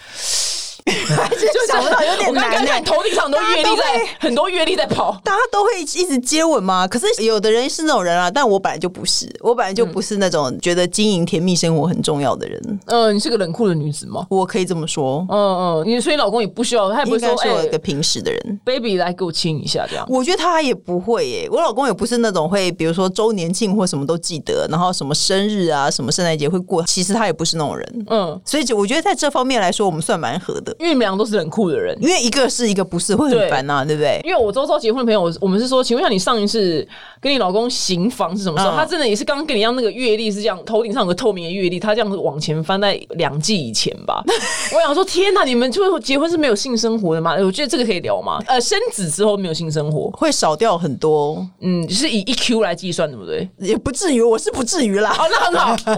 [SPEAKER 3] 就想不到有点
[SPEAKER 2] 我刚刚
[SPEAKER 3] 难
[SPEAKER 2] 看
[SPEAKER 3] 欸
[SPEAKER 2] 你头顶上很多阅历
[SPEAKER 3] 大家都
[SPEAKER 2] 在
[SPEAKER 3] 会，
[SPEAKER 2] 很多阅历在跑。
[SPEAKER 3] 大家都会一直接吻吗？可是有的人是那种人啊，但我本来就不是，我本来就不是那种觉得经营甜蜜生活很重要的人。
[SPEAKER 2] 嗯、你是个冷酷的女子吗？
[SPEAKER 3] 我可以这么说，
[SPEAKER 2] 嗯嗯，你所以老公也不需要，他也不
[SPEAKER 3] 应
[SPEAKER 2] 会说
[SPEAKER 3] 该是我
[SPEAKER 2] 哎、
[SPEAKER 3] 一个平时的人。
[SPEAKER 2] b a b y 来给我亲一下这样。
[SPEAKER 3] 我觉得他也不会耶、我老公也不是那种会，比如说周年庆或什么都记得，然后什么生日啊、什么圣诞节会过，其实他也不是那种人。
[SPEAKER 2] 嗯，
[SPEAKER 3] 所以就我觉得在这方面来说，我们算蛮合的，
[SPEAKER 2] 因为你们俩都是冷酷的人。
[SPEAKER 3] 因为一个是一个不是，会
[SPEAKER 2] 对
[SPEAKER 3] 很烦呐、对不对？
[SPEAKER 2] 因为我周遭结婚的朋友，我们是说，请问一下，你上一次跟你老公行房是什么时候？
[SPEAKER 3] 嗯
[SPEAKER 2] 他真的也是刚刚跟你一样，那个阅历是这样，头顶上有个透明的阅历，他这样子往前翻在两季以前吧。我想说，天哪，你们就结婚是没有性生活的吗？我觉得这个可以聊吗？呃，生子之后没有性生活，
[SPEAKER 3] 会少掉很多，
[SPEAKER 2] 嗯，是以一 Q 来计算，对不对？
[SPEAKER 3] 也不至于，我是不至于啦。
[SPEAKER 2] 哦，那很好，我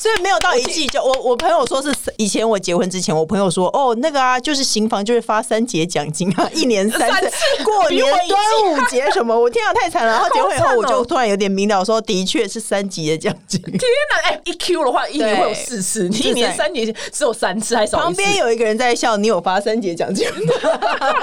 [SPEAKER 3] 所以没有到一季就我我朋友说是以前我结婚之前，我朋友说哦那个啊，就是刑房就是发三节奖金啊， *laughs* 一年三
[SPEAKER 2] 三
[SPEAKER 3] 次，
[SPEAKER 2] 次
[SPEAKER 3] 过
[SPEAKER 2] 比
[SPEAKER 3] 年
[SPEAKER 2] 我已经
[SPEAKER 3] 端午节什么，我天啊太惨了。 *laughs* 然后结婚以
[SPEAKER 2] 好
[SPEAKER 3] 后
[SPEAKER 2] 惨哦
[SPEAKER 3] 我就突然有点明了，说的确是三级的奖 *laughs* 金。
[SPEAKER 2] 天哪！哎、一 Q 的话，一年
[SPEAKER 3] 对
[SPEAKER 2] 会有四次，你一
[SPEAKER 3] 就
[SPEAKER 2] 年
[SPEAKER 3] 是
[SPEAKER 2] 三年只有三次，还少
[SPEAKER 3] 旁
[SPEAKER 2] 一次
[SPEAKER 3] 边有一个人在笑，你有发三节奖金吗？
[SPEAKER 2] *laughs* 天哪，我真的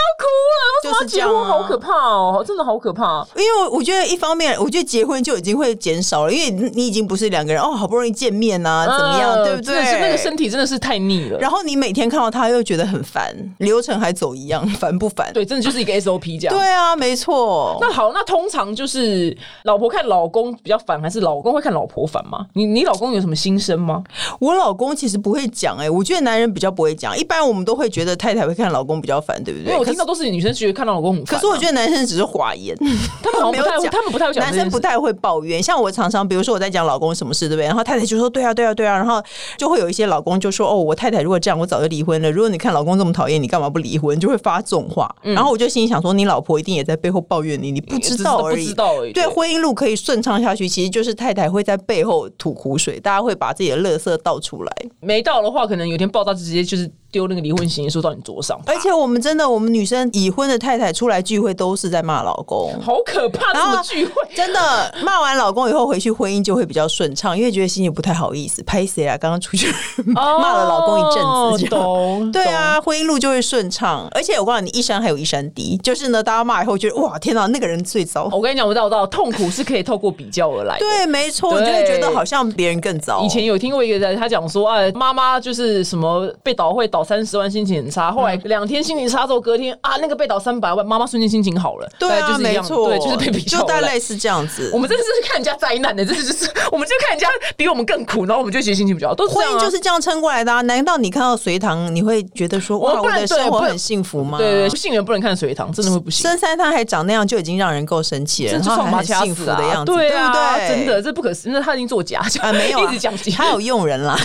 [SPEAKER 2] 要哭了！为什么要结
[SPEAKER 3] 就是这
[SPEAKER 2] 婚
[SPEAKER 3] 样啊
[SPEAKER 2] 好可怕哦，真的好可怕。
[SPEAKER 3] *laughs* 因为我我觉得一方面，我觉得结婚就已经会减少了，因为你你已经不是两个人哦，好不容易见面呐、啊怎么样，
[SPEAKER 2] 嗯
[SPEAKER 3] 对不
[SPEAKER 2] 真的是
[SPEAKER 3] 对？
[SPEAKER 2] 那个身体真的是太腻了。
[SPEAKER 3] 然后你每天看到他又觉得很烦，流程还走一样，烦不烦？
[SPEAKER 2] 对，真的就是
[SPEAKER 3] *laughs*
[SPEAKER 2] 一个 SOP 这样。
[SPEAKER 3] 对啊，没错。
[SPEAKER 2] 那好，那通常就是老婆看老公比较烦，还是老公会看老婆烦吗？你你老公有什么心声吗？
[SPEAKER 3] 我老公其实不会讲哎、我觉得男人比较不会讲，一般我们都会觉得太太会看老公比较烦，对不
[SPEAKER 2] 因
[SPEAKER 3] 对？
[SPEAKER 2] 为我
[SPEAKER 3] 可
[SPEAKER 2] 听
[SPEAKER 3] 是
[SPEAKER 2] 到啊都是女生觉得看到老公很烦啊、
[SPEAKER 3] 可是我觉得男生只是寡言，
[SPEAKER 2] *laughs* 他们好像不太会，他们不太会讲
[SPEAKER 3] 男
[SPEAKER 2] 这件事
[SPEAKER 3] 生不太会抱怨。像我常常，比如说我在讲老公什么事，对不对？然后太太就说：“对啊，对啊，对啊。”然后就会有一些老公就说：“哦，我太太如果这样，我早就离婚了。如果你看老公这么讨厌，你干嘛不离婚？”就会发这种话。
[SPEAKER 2] 嗯
[SPEAKER 3] 然后我就心里想说：“你老婆一定也在背后抱怨你，你不知道而
[SPEAKER 2] 只是
[SPEAKER 3] 已。
[SPEAKER 2] 不知道而已
[SPEAKER 3] 对，
[SPEAKER 2] 对
[SPEAKER 3] 婚姻路可以顺畅下去，其实就是太太会在背后吐苦水，大家会把自己的垃圾倒出来。
[SPEAKER 2] 没到的话，可能有一天报道直接就是丢那个离婚协议书到你桌上，
[SPEAKER 3] 而且我们真的，我们女生已婚的太太出来聚会都是在骂老公。
[SPEAKER 2] 好可怕！
[SPEAKER 3] 然
[SPEAKER 2] 什
[SPEAKER 3] 后
[SPEAKER 2] 么聚会？
[SPEAKER 3] 真的骂完老公以后回去婚姻就会比较顺畅，因为觉得心情不太好意思，拍谁啊？刚刚出去 *laughs* 骂了老公一阵子，这样。
[SPEAKER 2] 哦懂？
[SPEAKER 3] 对啊，婚姻路就会顺畅，而且我告诉你，一山还有一山低，就是呢，大家骂以后觉得哇，天哪，那个人最糟。
[SPEAKER 2] 懂，我跟你讲，我知道，我知道，痛苦是可以透过比较而来的。
[SPEAKER 3] 对，没错，你就会觉得好像别人更糟。
[SPEAKER 2] 以前有听过一个人，他讲说啊，妈妈就是什么被倒会倒三十万，心情很
[SPEAKER 3] 嗯
[SPEAKER 2] 差。后来两天心情差之后，隔天啊，那个被倒三百万，妈妈瞬间心情好了。
[SPEAKER 3] 对
[SPEAKER 2] 大
[SPEAKER 3] 啊，
[SPEAKER 2] 概就是一
[SPEAKER 3] 没
[SPEAKER 2] 样
[SPEAKER 3] 错，
[SPEAKER 2] 对，就是被比较
[SPEAKER 3] 就大
[SPEAKER 2] 而
[SPEAKER 3] 概
[SPEAKER 2] 来。
[SPEAKER 3] 类似这样子。
[SPEAKER 2] 我们真的是看人家灾难的，真的就是我们就看人家比我们更苦，然后我们就觉得心情比较好，都是这
[SPEAKER 3] 婚
[SPEAKER 2] 样、
[SPEAKER 3] 姻
[SPEAKER 2] 啊。
[SPEAKER 3] 就是这样撑过来的啊！难道你看到隋唐，你会觉得说
[SPEAKER 2] 我
[SPEAKER 3] 哇，
[SPEAKER 2] 不
[SPEAKER 3] 我
[SPEAKER 2] 能
[SPEAKER 3] 的
[SPEAKER 2] 对
[SPEAKER 3] 生
[SPEAKER 2] 我
[SPEAKER 3] 活
[SPEAKER 2] 不能
[SPEAKER 3] 很幸福吗？
[SPEAKER 2] 对对对，信人不能看隋唐，真的会不行。
[SPEAKER 3] 生三胎还长那样，就已经让人够生气了，
[SPEAKER 2] 这
[SPEAKER 3] 然
[SPEAKER 2] 就
[SPEAKER 3] 后
[SPEAKER 2] 是我
[SPEAKER 3] 还
[SPEAKER 2] 妈
[SPEAKER 3] 很
[SPEAKER 2] 掐
[SPEAKER 3] 幸福
[SPEAKER 2] 死
[SPEAKER 3] 的
[SPEAKER 2] 啊
[SPEAKER 3] 样子，
[SPEAKER 2] 对
[SPEAKER 3] 不
[SPEAKER 2] 啊，
[SPEAKER 3] 对？
[SPEAKER 2] 真的这不可思议。那他已经作假
[SPEAKER 3] 啊，没有、
[SPEAKER 2] *laughs* 一
[SPEAKER 3] 啊，
[SPEAKER 2] 直讲，
[SPEAKER 3] 他有用
[SPEAKER 2] *laughs*
[SPEAKER 3] 人啦。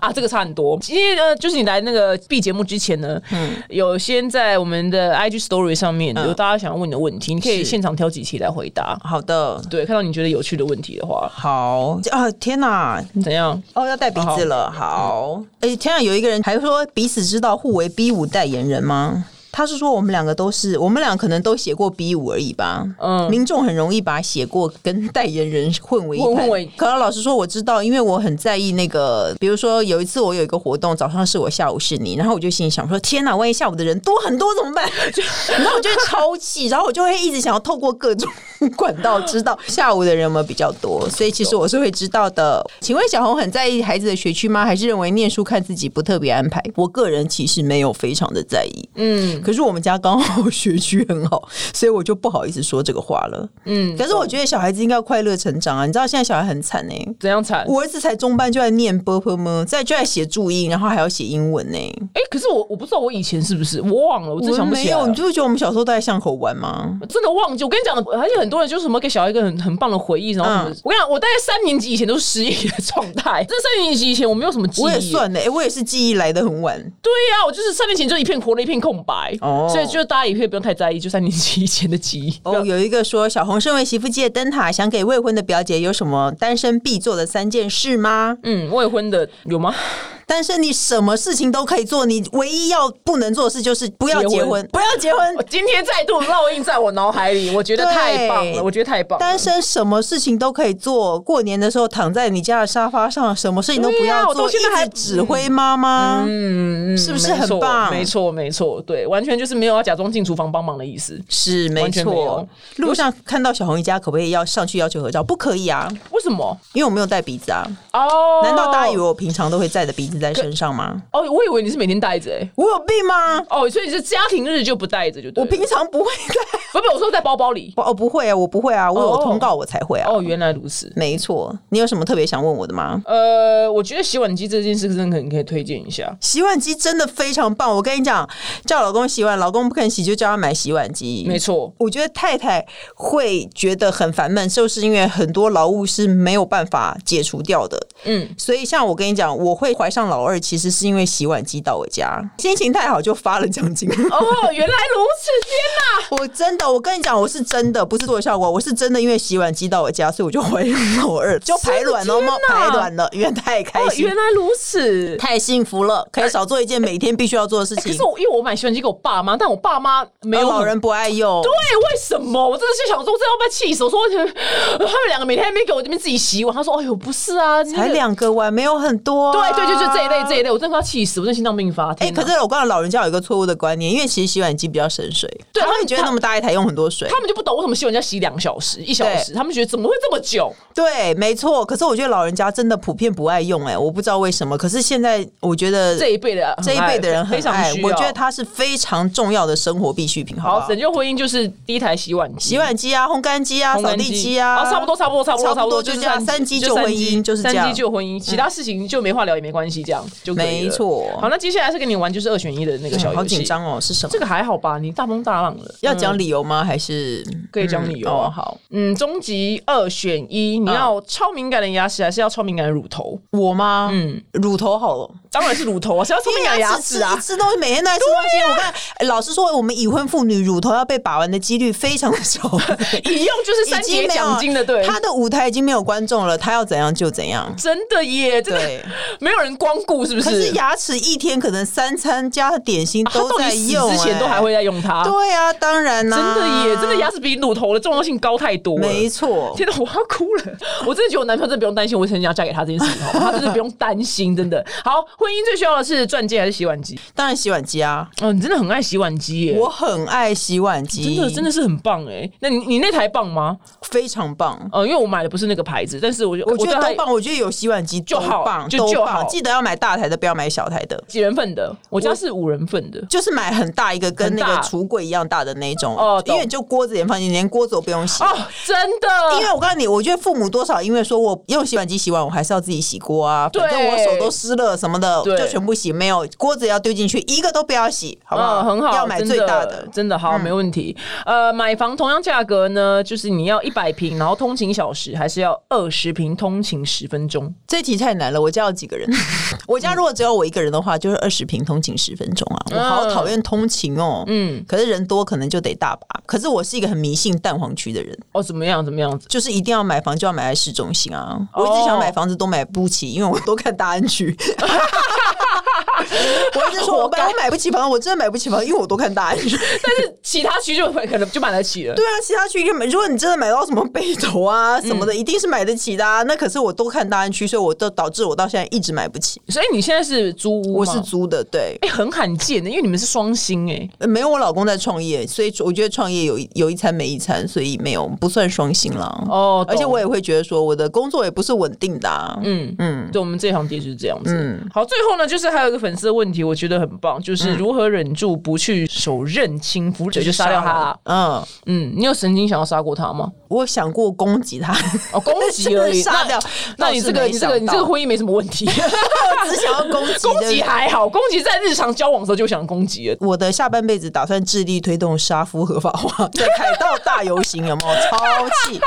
[SPEAKER 2] 啊，这个差很多。其实呃，就是你来那个 B 节目之前呢，
[SPEAKER 3] 嗯
[SPEAKER 2] 有先在我们的 IG Story 上面有大家想要问你的问题，你可以
[SPEAKER 3] 是
[SPEAKER 2] 现场挑几题来回答。
[SPEAKER 3] 好的，
[SPEAKER 2] 对，看到你觉得有趣的问题的话，
[SPEAKER 3] 好啊，天哪！
[SPEAKER 2] 怎样？
[SPEAKER 3] 哦，要带鼻子了，好。哎、天哪，有一个人还说彼此知道互为 B 五代言人吗？他是说我们两个都是，我们俩可能都写过 B 五而已吧。
[SPEAKER 2] 嗯
[SPEAKER 3] 嗯，民众很容易把写过跟代言人混为一
[SPEAKER 2] 混
[SPEAKER 3] 谈。
[SPEAKER 2] 混为
[SPEAKER 3] 可能老实说，我知道，因为我很在意那个，比如说有一次我有一个活动，早上是我，下午是你，然后我就心里想说，天哪，万一下午的人多很多怎么办？ *laughs* 然后我就会超气，然后我就会一直想要透过各种管道知道下午的人有没有比较多，所以其实我是会知道的。请问小红很在意孩子的学区吗？还是认为念书看自己不特别安排？我个人其实没有非常的在意， *laughs*
[SPEAKER 2] 嗯
[SPEAKER 3] 可是我们家刚好学区很好，所以我就不好意思说这个话了。
[SPEAKER 2] 嗯，
[SPEAKER 3] 可是我觉得小孩子应该要快乐成长啊！你知道现在小孩很惨哎、
[SPEAKER 2] 怎样惨？
[SPEAKER 3] 我儿子才中班就在念 b p m，在就在写注音，然后还要写英文欸呢、
[SPEAKER 2] 哎、可是我我不知道我以前是不是我忘了，我真
[SPEAKER 3] 我
[SPEAKER 2] 想不
[SPEAKER 3] 没
[SPEAKER 2] 起来
[SPEAKER 3] 有，
[SPEAKER 2] 了
[SPEAKER 3] 你。就会觉得我们小时候都在巷口玩吗？
[SPEAKER 2] 真的忘记，我跟你讲，而且很多人就是什么给小孩一个很很棒的回忆，然后什么、
[SPEAKER 3] 嗯
[SPEAKER 2] 我跟你讲，我大概三年级以前都是失忆的状
[SPEAKER 3] *laughs*
[SPEAKER 2] 态，这三年级以前我没有什么记忆，
[SPEAKER 3] 我也算呢、欸，我也是记忆来的很晚。
[SPEAKER 2] 对呀、我就是三年前就一片活了一片空白，
[SPEAKER 3] 哦
[SPEAKER 2] 所以就大家也可以不用太在意，就三年级以前的记忆。
[SPEAKER 3] 哦，有一个说，小红身为媳妇界灯塔，想给未婚的表姐有什么单身必做的三件事吗？
[SPEAKER 2] 嗯，未婚的有 *laughs* 吗？
[SPEAKER 3] 单身你什么事情都可以做，你唯一要不能做的事就是不要
[SPEAKER 2] 结
[SPEAKER 3] 结
[SPEAKER 2] 婚
[SPEAKER 3] 婚，不要结婚
[SPEAKER 2] 我。哦今天再度烙印在我脑海里，我觉得太棒了，
[SPEAKER 3] 对
[SPEAKER 2] 我觉得太棒了。
[SPEAKER 3] 单身什么事情都可以做，过年的时候躺在你家的沙发上，什么事情都不
[SPEAKER 2] 对呀
[SPEAKER 3] 要
[SPEAKER 2] 我
[SPEAKER 3] 做，
[SPEAKER 2] 到现在
[SPEAKER 3] 一直
[SPEAKER 2] 还
[SPEAKER 3] 指挥妈妈，
[SPEAKER 2] 嗯，嗯
[SPEAKER 3] 是不是
[SPEAKER 2] 没错
[SPEAKER 3] 很棒
[SPEAKER 2] 没错，没错，对，完全就是没有要假装进厨房帮忙的意思。
[SPEAKER 3] 是没
[SPEAKER 2] 完全没有
[SPEAKER 3] 错。路上看到小红一家，可不可以要上去要求合照？不可以啊，
[SPEAKER 2] 为什么？
[SPEAKER 3] 因为我没有带鼻子啊。
[SPEAKER 2] 哦，
[SPEAKER 3] 难道大家以为？我平常都会带着鼻子在身上吗？
[SPEAKER 2] 哦，我以为你是每天带着哎、
[SPEAKER 3] 我有病吗？
[SPEAKER 2] 哦，所以是家庭日就不带着就对
[SPEAKER 3] 我
[SPEAKER 2] 了。
[SPEAKER 3] 平常不会带。
[SPEAKER 2] 不不，我说在包包里。
[SPEAKER 3] 不 *laughs* 哦，不会啊，我不会啊，我有
[SPEAKER 2] 哦
[SPEAKER 3] 通告我才会啊。
[SPEAKER 2] 哦，原来如此。
[SPEAKER 3] 没错，你有什么特别想问我的吗？
[SPEAKER 2] 呃，我觉得洗碗机这件事真的可能可以推荐一下。
[SPEAKER 3] 洗碗机真的非常棒，我跟你讲，叫老公洗碗，老公不肯洗就叫他买洗碗机。
[SPEAKER 2] 没错，
[SPEAKER 3] 我觉得太太会觉得很烦闷，就是因为很多劳务是没有办法解除掉的。
[SPEAKER 2] 嗯，
[SPEAKER 3] 所以像我跟你讲，我会怀上上老二其实是因为洗碗机到我家，心情太好就发了奖金。
[SPEAKER 2] 哦，
[SPEAKER 3] *laughs*
[SPEAKER 2] 原来如此，天哪！
[SPEAKER 3] 我真的，我跟你讲，我是真的，不是做效果，我是真的，因为洗碗机到我家，所以我就怀孕老
[SPEAKER 2] *laughs*
[SPEAKER 3] 二，就排卵了，
[SPEAKER 2] 天
[SPEAKER 3] 猫
[SPEAKER 2] 哪
[SPEAKER 3] 排卵了，因为太开
[SPEAKER 2] 哦，
[SPEAKER 3] 心，
[SPEAKER 2] 原来如此。
[SPEAKER 3] 太幸福了，可以少做一件每天必须要做的事
[SPEAKER 2] 哎可
[SPEAKER 3] 情
[SPEAKER 2] 是。我因为我买洗碗机给我爸妈，但我爸妈没有
[SPEAKER 3] 哦老
[SPEAKER 2] 很
[SPEAKER 3] 人不爱用，
[SPEAKER 2] 对，为什么？我真的是想说，我真的要被气死！我说，呃他们两个每天在那边给我这边自己洗碗，他说：“哎呦，不是啊，那个
[SPEAKER 3] 才两个碗，没有很多、啊
[SPEAKER 2] 对对对，就这一类嗯这一类，我真的快要气死，我真的心脏病发。
[SPEAKER 3] 哎、
[SPEAKER 2] 天啊哪
[SPEAKER 3] 可是我告诉你老人家有一个错误的观念，因为其实洗碗机比较省水，
[SPEAKER 2] 对
[SPEAKER 3] 他
[SPEAKER 2] 他
[SPEAKER 3] 们
[SPEAKER 2] 们
[SPEAKER 3] 觉得那么大一台用很多水。
[SPEAKER 2] 他们就不懂为什么洗碗要洗两小时、一小时，他们觉得怎么会这么久？
[SPEAKER 3] 对，没错。可是我觉得老人家真的普遍不爱用、哎，我不知道为什么。可是现在我觉得
[SPEAKER 2] 这一辈的很
[SPEAKER 3] 嗯这一辈的人很
[SPEAKER 2] 非常
[SPEAKER 3] 爱
[SPEAKER 2] 需，要。
[SPEAKER 3] 我觉得它是非常重要的生活必需品，好不
[SPEAKER 2] 好，
[SPEAKER 3] 好？
[SPEAKER 2] 拯救婚姻就是第一台洗碗机，
[SPEAKER 3] 洗碗机啊，烘干机啊，扫
[SPEAKER 2] 干哦
[SPEAKER 3] 地机啊，
[SPEAKER 2] 差不多，差不多，差不多，
[SPEAKER 3] 差不多
[SPEAKER 2] 就
[SPEAKER 3] 就是这样三机救婚姻就是这
[SPEAKER 2] 三
[SPEAKER 3] 样嗯
[SPEAKER 2] 机救婚姻，其他事情就没话聊也没关系，这样就可以了
[SPEAKER 3] 没错
[SPEAKER 2] 好，那接下来是跟你玩就是二选一的那个小游戏，
[SPEAKER 3] 嗯好紧。张哦，是什么？
[SPEAKER 2] 这个还好吧？你大风大浪了，
[SPEAKER 3] 要讲理由吗？还是
[SPEAKER 2] 嗯可以讲理由啊
[SPEAKER 3] 哦，好，嗯
[SPEAKER 2] 嗯，终极二选一，你要超敏感的牙齿还是要超敏感的乳头？
[SPEAKER 3] 我吗？嗯，乳头好了。
[SPEAKER 2] 当然是乳头啊，谁要超敏感的牙齿啊
[SPEAKER 3] 一？吃东西，每天都在吃东西。我看，哎老实说，我们已婚妇女乳头要被把玩的几率非常的
[SPEAKER 2] *laughs*
[SPEAKER 3] 少，
[SPEAKER 2] 一用就是三
[SPEAKER 3] *laughs* 已经
[SPEAKER 2] 节
[SPEAKER 3] 没有
[SPEAKER 2] 奖金的，对，
[SPEAKER 3] 他的舞台已经没有观众了，他要怎样就怎样。
[SPEAKER 2] 真的耶， *laughs* 真的
[SPEAKER 3] 对，
[SPEAKER 2] 没有人光顾，是不
[SPEAKER 3] 可
[SPEAKER 2] 是
[SPEAKER 3] 是？牙齿一天可能三餐加点心
[SPEAKER 2] 啊他
[SPEAKER 3] 都
[SPEAKER 2] 到
[SPEAKER 3] 在
[SPEAKER 2] 底死
[SPEAKER 3] 用、
[SPEAKER 2] 之前
[SPEAKER 3] 哎
[SPEAKER 2] 都还会。在用它，
[SPEAKER 3] 对啊，当然啦、
[SPEAKER 2] 真的耶，真的牙齿比乳头的重要性高太多了。
[SPEAKER 3] 没错。
[SPEAKER 2] 天哪，我要哭了！我真的觉得我男朋友真的不用担心，我很想嫁给他这件事情，好吗
[SPEAKER 3] *laughs*
[SPEAKER 2] 他真的不用担心，真的。好，婚姻最需要的是钻戒还是洗碗机？
[SPEAKER 3] 当然洗碗机啊，
[SPEAKER 2] 哦，你真的很爱洗碗机耶，
[SPEAKER 3] 我很爱洗碗机，
[SPEAKER 2] 真的真的是很棒哎。那你你那台棒吗？
[SPEAKER 3] 非常棒。
[SPEAKER 2] 呃，因为我买的不是那个牌子，但是我觉得
[SPEAKER 3] 我觉得
[SPEAKER 2] 对它
[SPEAKER 3] 都棒，我觉得有洗碗机
[SPEAKER 2] 就
[SPEAKER 3] 都
[SPEAKER 2] 好
[SPEAKER 3] 棒，
[SPEAKER 2] 就
[SPEAKER 3] 都
[SPEAKER 2] 就好
[SPEAKER 3] 棒。记得要买大台的，不要买小台的。
[SPEAKER 2] 几人份的，我家是五人份的。
[SPEAKER 3] 就是买很大一个，跟
[SPEAKER 2] 很
[SPEAKER 3] 那
[SPEAKER 2] 大
[SPEAKER 3] 个橱柜一样大的那种，
[SPEAKER 2] 哦懂
[SPEAKER 3] 因为你就锅子也放进去，连锅子都不用洗。
[SPEAKER 2] 哦，真的，
[SPEAKER 3] 因为我告诉你，我觉得父母多少因为说我用洗碗机洗碗，我还是要自己洗锅啊，
[SPEAKER 2] 对
[SPEAKER 3] 反正我手都湿了什么的，
[SPEAKER 2] 对
[SPEAKER 3] 就全部洗。没有锅子要丢进去，一个都不要洗，好不好？
[SPEAKER 2] 嗯，很好，
[SPEAKER 3] 要买
[SPEAKER 2] 真
[SPEAKER 3] 最大
[SPEAKER 2] 的
[SPEAKER 3] 的，，嗯
[SPEAKER 2] 真的好，没问题。呃，买房同样价格呢，就是你要一百平，然后通勤小时，还是要二十平通勤十分钟？
[SPEAKER 3] 这题太难了，我家有几个
[SPEAKER 2] *laughs*
[SPEAKER 3] 人？我家如果只有我一个人的话，就是二十平通勤十分钟
[SPEAKER 2] 嗯
[SPEAKER 3] 啊，我好讨厌通勤哦。嗯，可是人多可能就得大把。可是我是一个很迷信蛋黄区的人，
[SPEAKER 2] 哦，怎么样？怎么样子？
[SPEAKER 3] 就是一定要买房就要买在市中心啊。我一直想买房子都买不起，因为我都看大安区。 *laughs* 我一直说我买我买不起房，我真的买不起房，因为我都看大安区。
[SPEAKER 2] 但是其他区就会可能就买得起了。
[SPEAKER 3] 对啊，其他区就买。如果你真的买到什么北投啊什么的，一定是买得起的、啊。那可是我都看大安区，所以我都导致我到现在一直买不起。
[SPEAKER 2] 所以你现在是租屋
[SPEAKER 3] 我
[SPEAKER 2] 吗
[SPEAKER 3] 是租的，对。
[SPEAKER 2] 哎、很罕见的，因为你们是双薪哎、
[SPEAKER 3] 呃没有，我老公在创业，所以我觉得创业有一有一餐没一餐，所以没有不算双薪了。
[SPEAKER 2] 哦
[SPEAKER 3] 而且
[SPEAKER 2] 懂
[SPEAKER 3] 我也会觉得说，我的工作也不是稳定的、啊，嗯，
[SPEAKER 2] 对，我们这行的确是这样子。好，最后呢，就是还有一个粉丝的问题，我觉得很棒，就是如何忍住不去手刃亲服者就杀掉他、
[SPEAKER 3] 嗯，
[SPEAKER 2] 嗯，你有曾经想要杀过他吗？
[SPEAKER 3] 我想过攻击他，
[SPEAKER 2] 哦，攻击
[SPEAKER 3] *laughs*
[SPEAKER 2] 而已。
[SPEAKER 3] 杀掉。
[SPEAKER 2] 那你这个你这个你 *laughs* 这个
[SPEAKER 3] 会，
[SPEAKER 2] 婚姻没什么问题。
[SPEAKER 3] 我只想要攻击
[SPEAKER 2] 攻击
[SPEAKER 3] 对不对
[SPEAKER 2] 还好，攻击在日常交往的时候就想攻击了。
[SPEAKER 3] 我的下半辈子打算致力推动杀夫合法化，在凯道大游行有没
[SPEAKER 2] *laughs*
[SPEAKER 3] 有？超气，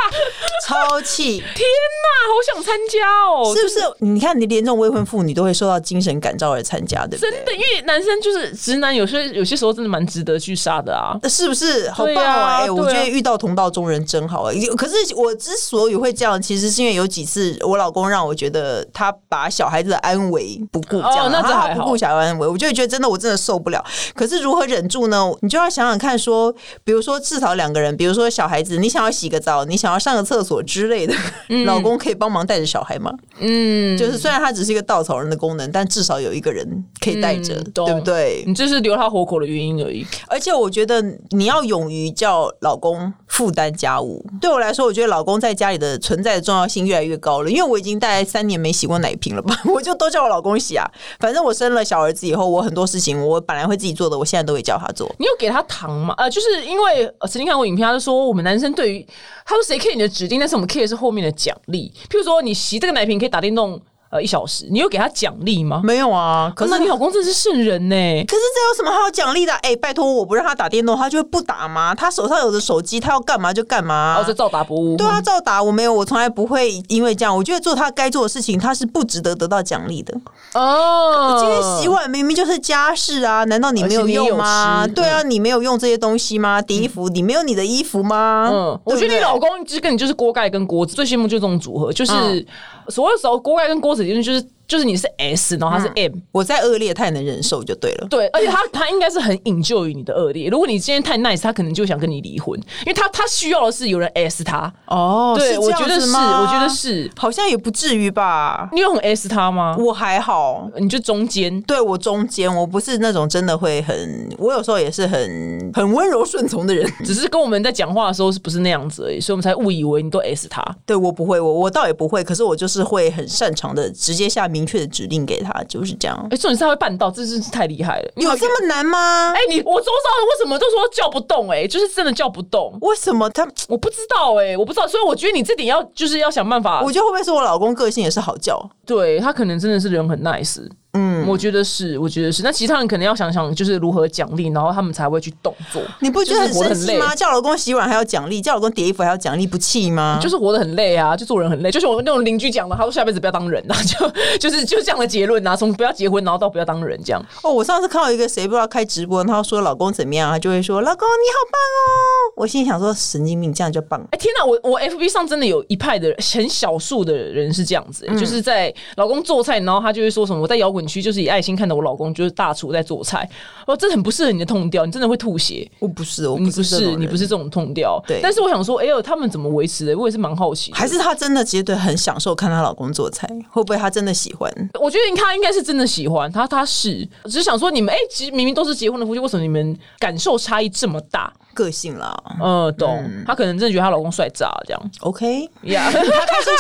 [SPEAKER 3] 超气！
[SPEAKER 2] 天哪，好想参加哦！
[SPEAKER 3] 是不是？你看，你连这种未婚妇女都会受到精神感召而参加，对不
[SPEAKER 2] 真
[SPEAKER 3] 对？
[SPEAKER 2] 的，因为男生就是直男，有些有些时候真的蛮值得去杀的啊。
[SPEAKER 3] 是不是好棒
[SPEAKER 2] 对啊
[SPEAKER 3] 啊！哎、我
[SPEAKER 2] 对
[SPEAKER 3] 觉
[SPEAKER 2] 啊
[SPEAKER 3] 得遇到同道中人真好哎、可是我之所以会这样，其实是因为有几次我老公让我觉得他把小孩子的安危不顾，这样、
[SPEAKER 2] 哦那这
[SPEAKER 3] 然后
[SPEAKER 2] 还
[SPEAKER 3] 他
[SPEAKER 2] 好
[SPEAKER 3] 不顾小孩安危，我就觉得真的我真的受不了。可是如何忍住呢？你就要想想看说，比如说至少两个人，比如说小孩子，你想要洗个澡，你想要上个厕所之类的，
[SPEAKER 2] 嗯
[SPEAKER 3] 老公可以帮忙带着小孩吗？嗯，就是虽然他只是一个稻草人的功能，但至少有一个人可以带着，
[SPEAKER 2] 嗯懂
[SPEAKER 3] 对不对？
[SPEAKER 2] 你这是留他活口的原因而已。
[SPEAKER 3] 而且我觉得你要勇于叫老公负担家务。对我来说，我觉得老公在家里的存在的重要性越来越高了，因为我已经大概三年没洗过奶瓶了吧， *laughs* 我就都叫我老公洗啊。反正我生了小儿子以后，我很多事情我本来会自己做的，我现在都会叫他做。
[SPEAKER 2] 你有给他糖吗？呃，就是因为呃曾经看过影片，他就说我们男生对于他说谁 care 你的指定，但是我们 care 的是后面的奖励。譬如说你洗这个奶瓶可以打电动。呃一小时，你有给他奖励吗？
[SPEAKER 3] 没有啊，可
[SPEAKER 2] 可
[SPEAKER 3] 是
[SPEAKER 2] 是你老公真是圣人呢、
[SPEAKER 3] 可是这有什么好奖励的？哎、拜托，我不让他打电动，他就会不打吗？他手上有着手机，他要干嘛就干嘛。
[SPEAKER 2] 然后就照打不误。
[SPEAKER 3] 对啊，照打哦我没有，我从来不会因为这样。我觉得做他该做的事情，他是不值得得到奖励的。
[SPEAKER 2] 哦，
[SPEAKER 3] 今天洗碗明明就是家事啊，难道你没有用
[SPEAKER 2] 而
[SPEAKER 3] 吗？
[SPEAKER 2] 且你也有吃
[SPEAKER 3] 对啊，你没有用这些东西吗？叠衣服，你没有你的衣服吗？
[SPEAKER 2] 嗯，我
[SPEAKER 3] 啊对不
[SPEAKER 2] 觉得你
[SPEAKER 3] 对
[SPEAKER 2] 老公就是跟你就是锅盖跟锅子，最羡慕就是这种组合，就是、
[SPEAKER 3] 嗯
[SPEAKER 2] 所有时候锅盖跟锅子就是就是就是你是 S，然后他是 M，、
[SPEAKER 3] 我再恶劣，他也能忍受就对了。
[SPEAKER 2] 对，而且他他应该是很引咎于你的恶劣。如果你今天太 nice，他可能就想跟你离婚，因为他他需要的是有人 S 他。
[SPEAKER 3] 哦
[SPEAKER 2] 对，我觉得是，我觉得，是。
[SPEAKER 3] 好像也不至于吧。
[SPEAKER 2] 你有很 S 他吗？
[SPEAKER 3] 我还好，
[SPEAKER 2] 你就中间。
[SPEAKER 3] 对我中间，我不是那种真的会很，我有时候也是很很温柔顺从的人。 *laughs*
[SPEAKER 2] 只是跟我们在讲话的时候是不是那样子而已，所以我们才误以为你都 S 他。
[SPEAKER 3] 对我不会，我我倒也不会，可是我就是会很擅长的直接下明确的指令给他，就是这样。
[SPEAKER 2] 哎、重点是他会办到，这真是太厉害了。你
[SPEAKER 3] 有这么难吗？
[SPEAKER 2] 哎、你我周遭的为什么都说叫不动、哎，就是真的叫不动。
[SPEAKER 3] 为什么他？
[SPEAKER 2] 我不知道哎、我不知道，所以我觉得你这点要就是要想办法。
[SPEAKER 3] 我觉得会不会是我老公个性也是好叫？
[SPEAKER 2] 对他可能真的是人很 nice，嗯，我觉得是，我觉得是。那其他人可能要想想就是如何奖励，然后他们才会去动作。
[SPEAKER 3] 你不觉得很
[SPEAKER 2] 就是活得
[SPEAKER 3] 生
[SPEAKER 2] 很累
[SPEAKER 3] 气吗？叫老公洗碗还要奖励，叫老公叠衣服还要奖励，不气吗？
[SPEAKER 2] 就是活得很累啊，就做人很累，就是我那种邻居讲的，他说下辈子不要当人啊， *laughs* 就就是就这样的结论啊，从不要结婚，然后到不要当人这样。
[SPEAKER 3] 哦，我上次看到一个谁不知道开直播，他说老公怎么样，他就会说老公你好棒哦。我心里想说神经病，这样就棒。
[SPEAKER 2] 哎、天哪，我我 FB 上真的有一派的人很少数的人是这样子、
[SPEAKER 3] 嗯
[SPEAKER 2] 就是在老公做菜，然后他就会说什么我在摇滚区就是以爱心看着我老公就是大厨在做菜，哦，这很不适合你的痛调，你真的会吐血。
[SPEAKER 3] 我不是，我
[SPEAKER 2] 你
[SPEAKER 3] 不
[SPEAKER 2] 不
[SPEAKER 3] 是这种
[SPEAKER 2] 是
[SPEAKER 3] 人
[SPEAKER 2] 你不是这种痛调，
[SPEAKER 3] 对
[SPEAKER 2] 但是我想说，哎呦，他们怎么维持的？我也是蛮好奇的。
[SPEAKER 3] 还是她真的其实对很享受看她老公做菜，会不会她真的喜欢？
[SPEAKER 2] 我觉得他应该是真的喜欢他，他是只是想说你们，哎、其实明明都是结婚的夫妻，为什么你们感受差异这么大？
[SPEAKER 3] 个性啦
[SPEAKER 2] 呃，懂。
[SPEAKER 3] 嗯
[SPEAKER 2] 她可能真的觉得她老公帅炸了这样，
[SPEAKER 3] ，OK，
[SPEAKER 2] 呀、
[SPEAKER 3] 她开心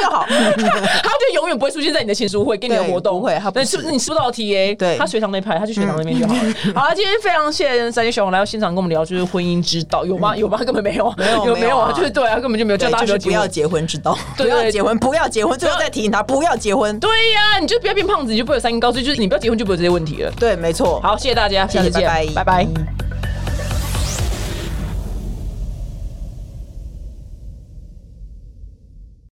[SPEAKER 3] 就好。
[SPEAKER 2] 他就永远不会出现在你的签书会跟你的
[SPEAKER 3] 对
[SPEAKER 2] 活动，
[SPEAKER 3] 不会他不
[SPEAKER 2] 但
[SPEAKER 3] 是
[SPEAKER 2] 是不是你吃不到 TA？
[SPEAKER 3] 对嗯
[SPEAKER 2] 他学堂那派，他去学堂那边就好了。好了，啊今天非常谢谢三姐小王来到现场跟我们聊，就是婚姻之道，有吗？有吗？根本没有，没
[SPEAKER 3] 有
[SPEAKER 2] 有
[SPEAKER 3] 嗯没有
[SPEAKER 2] 有啊，
[SPEAKER 3] 啊
[SPEAKER 2] 就是对啊，根 *laughs* 本就没有叫
[SPEAKER 3] *laughs* 对，
[SPEAKER 2] 大家
[SPEAKER 3] 就是
[SPEAKER 2] 结
[SPEAKER 3] 不要
[SPEAKER 2] 婚
[SPEAKER 3] 结婚，知道？
[SPEAKER 2] 对
[SPEAKER 3] 不要结婚，不要结婚，最后再提醒她不要结婚。
[SPEAKER 2] 对呀、你就不要变胖子，你就不会有三高，所以就是你不要结婚就不会有这些问题了。
[SPEAKER 3] 对，没错。
[SPEAKER 2] 好，谢谢大家，下次
[SPEAKER 3] 谢谢
[SPEAKER 2] 见，
[SPEAKER 3] 拜拜
[SPEAKER 2] 拜拜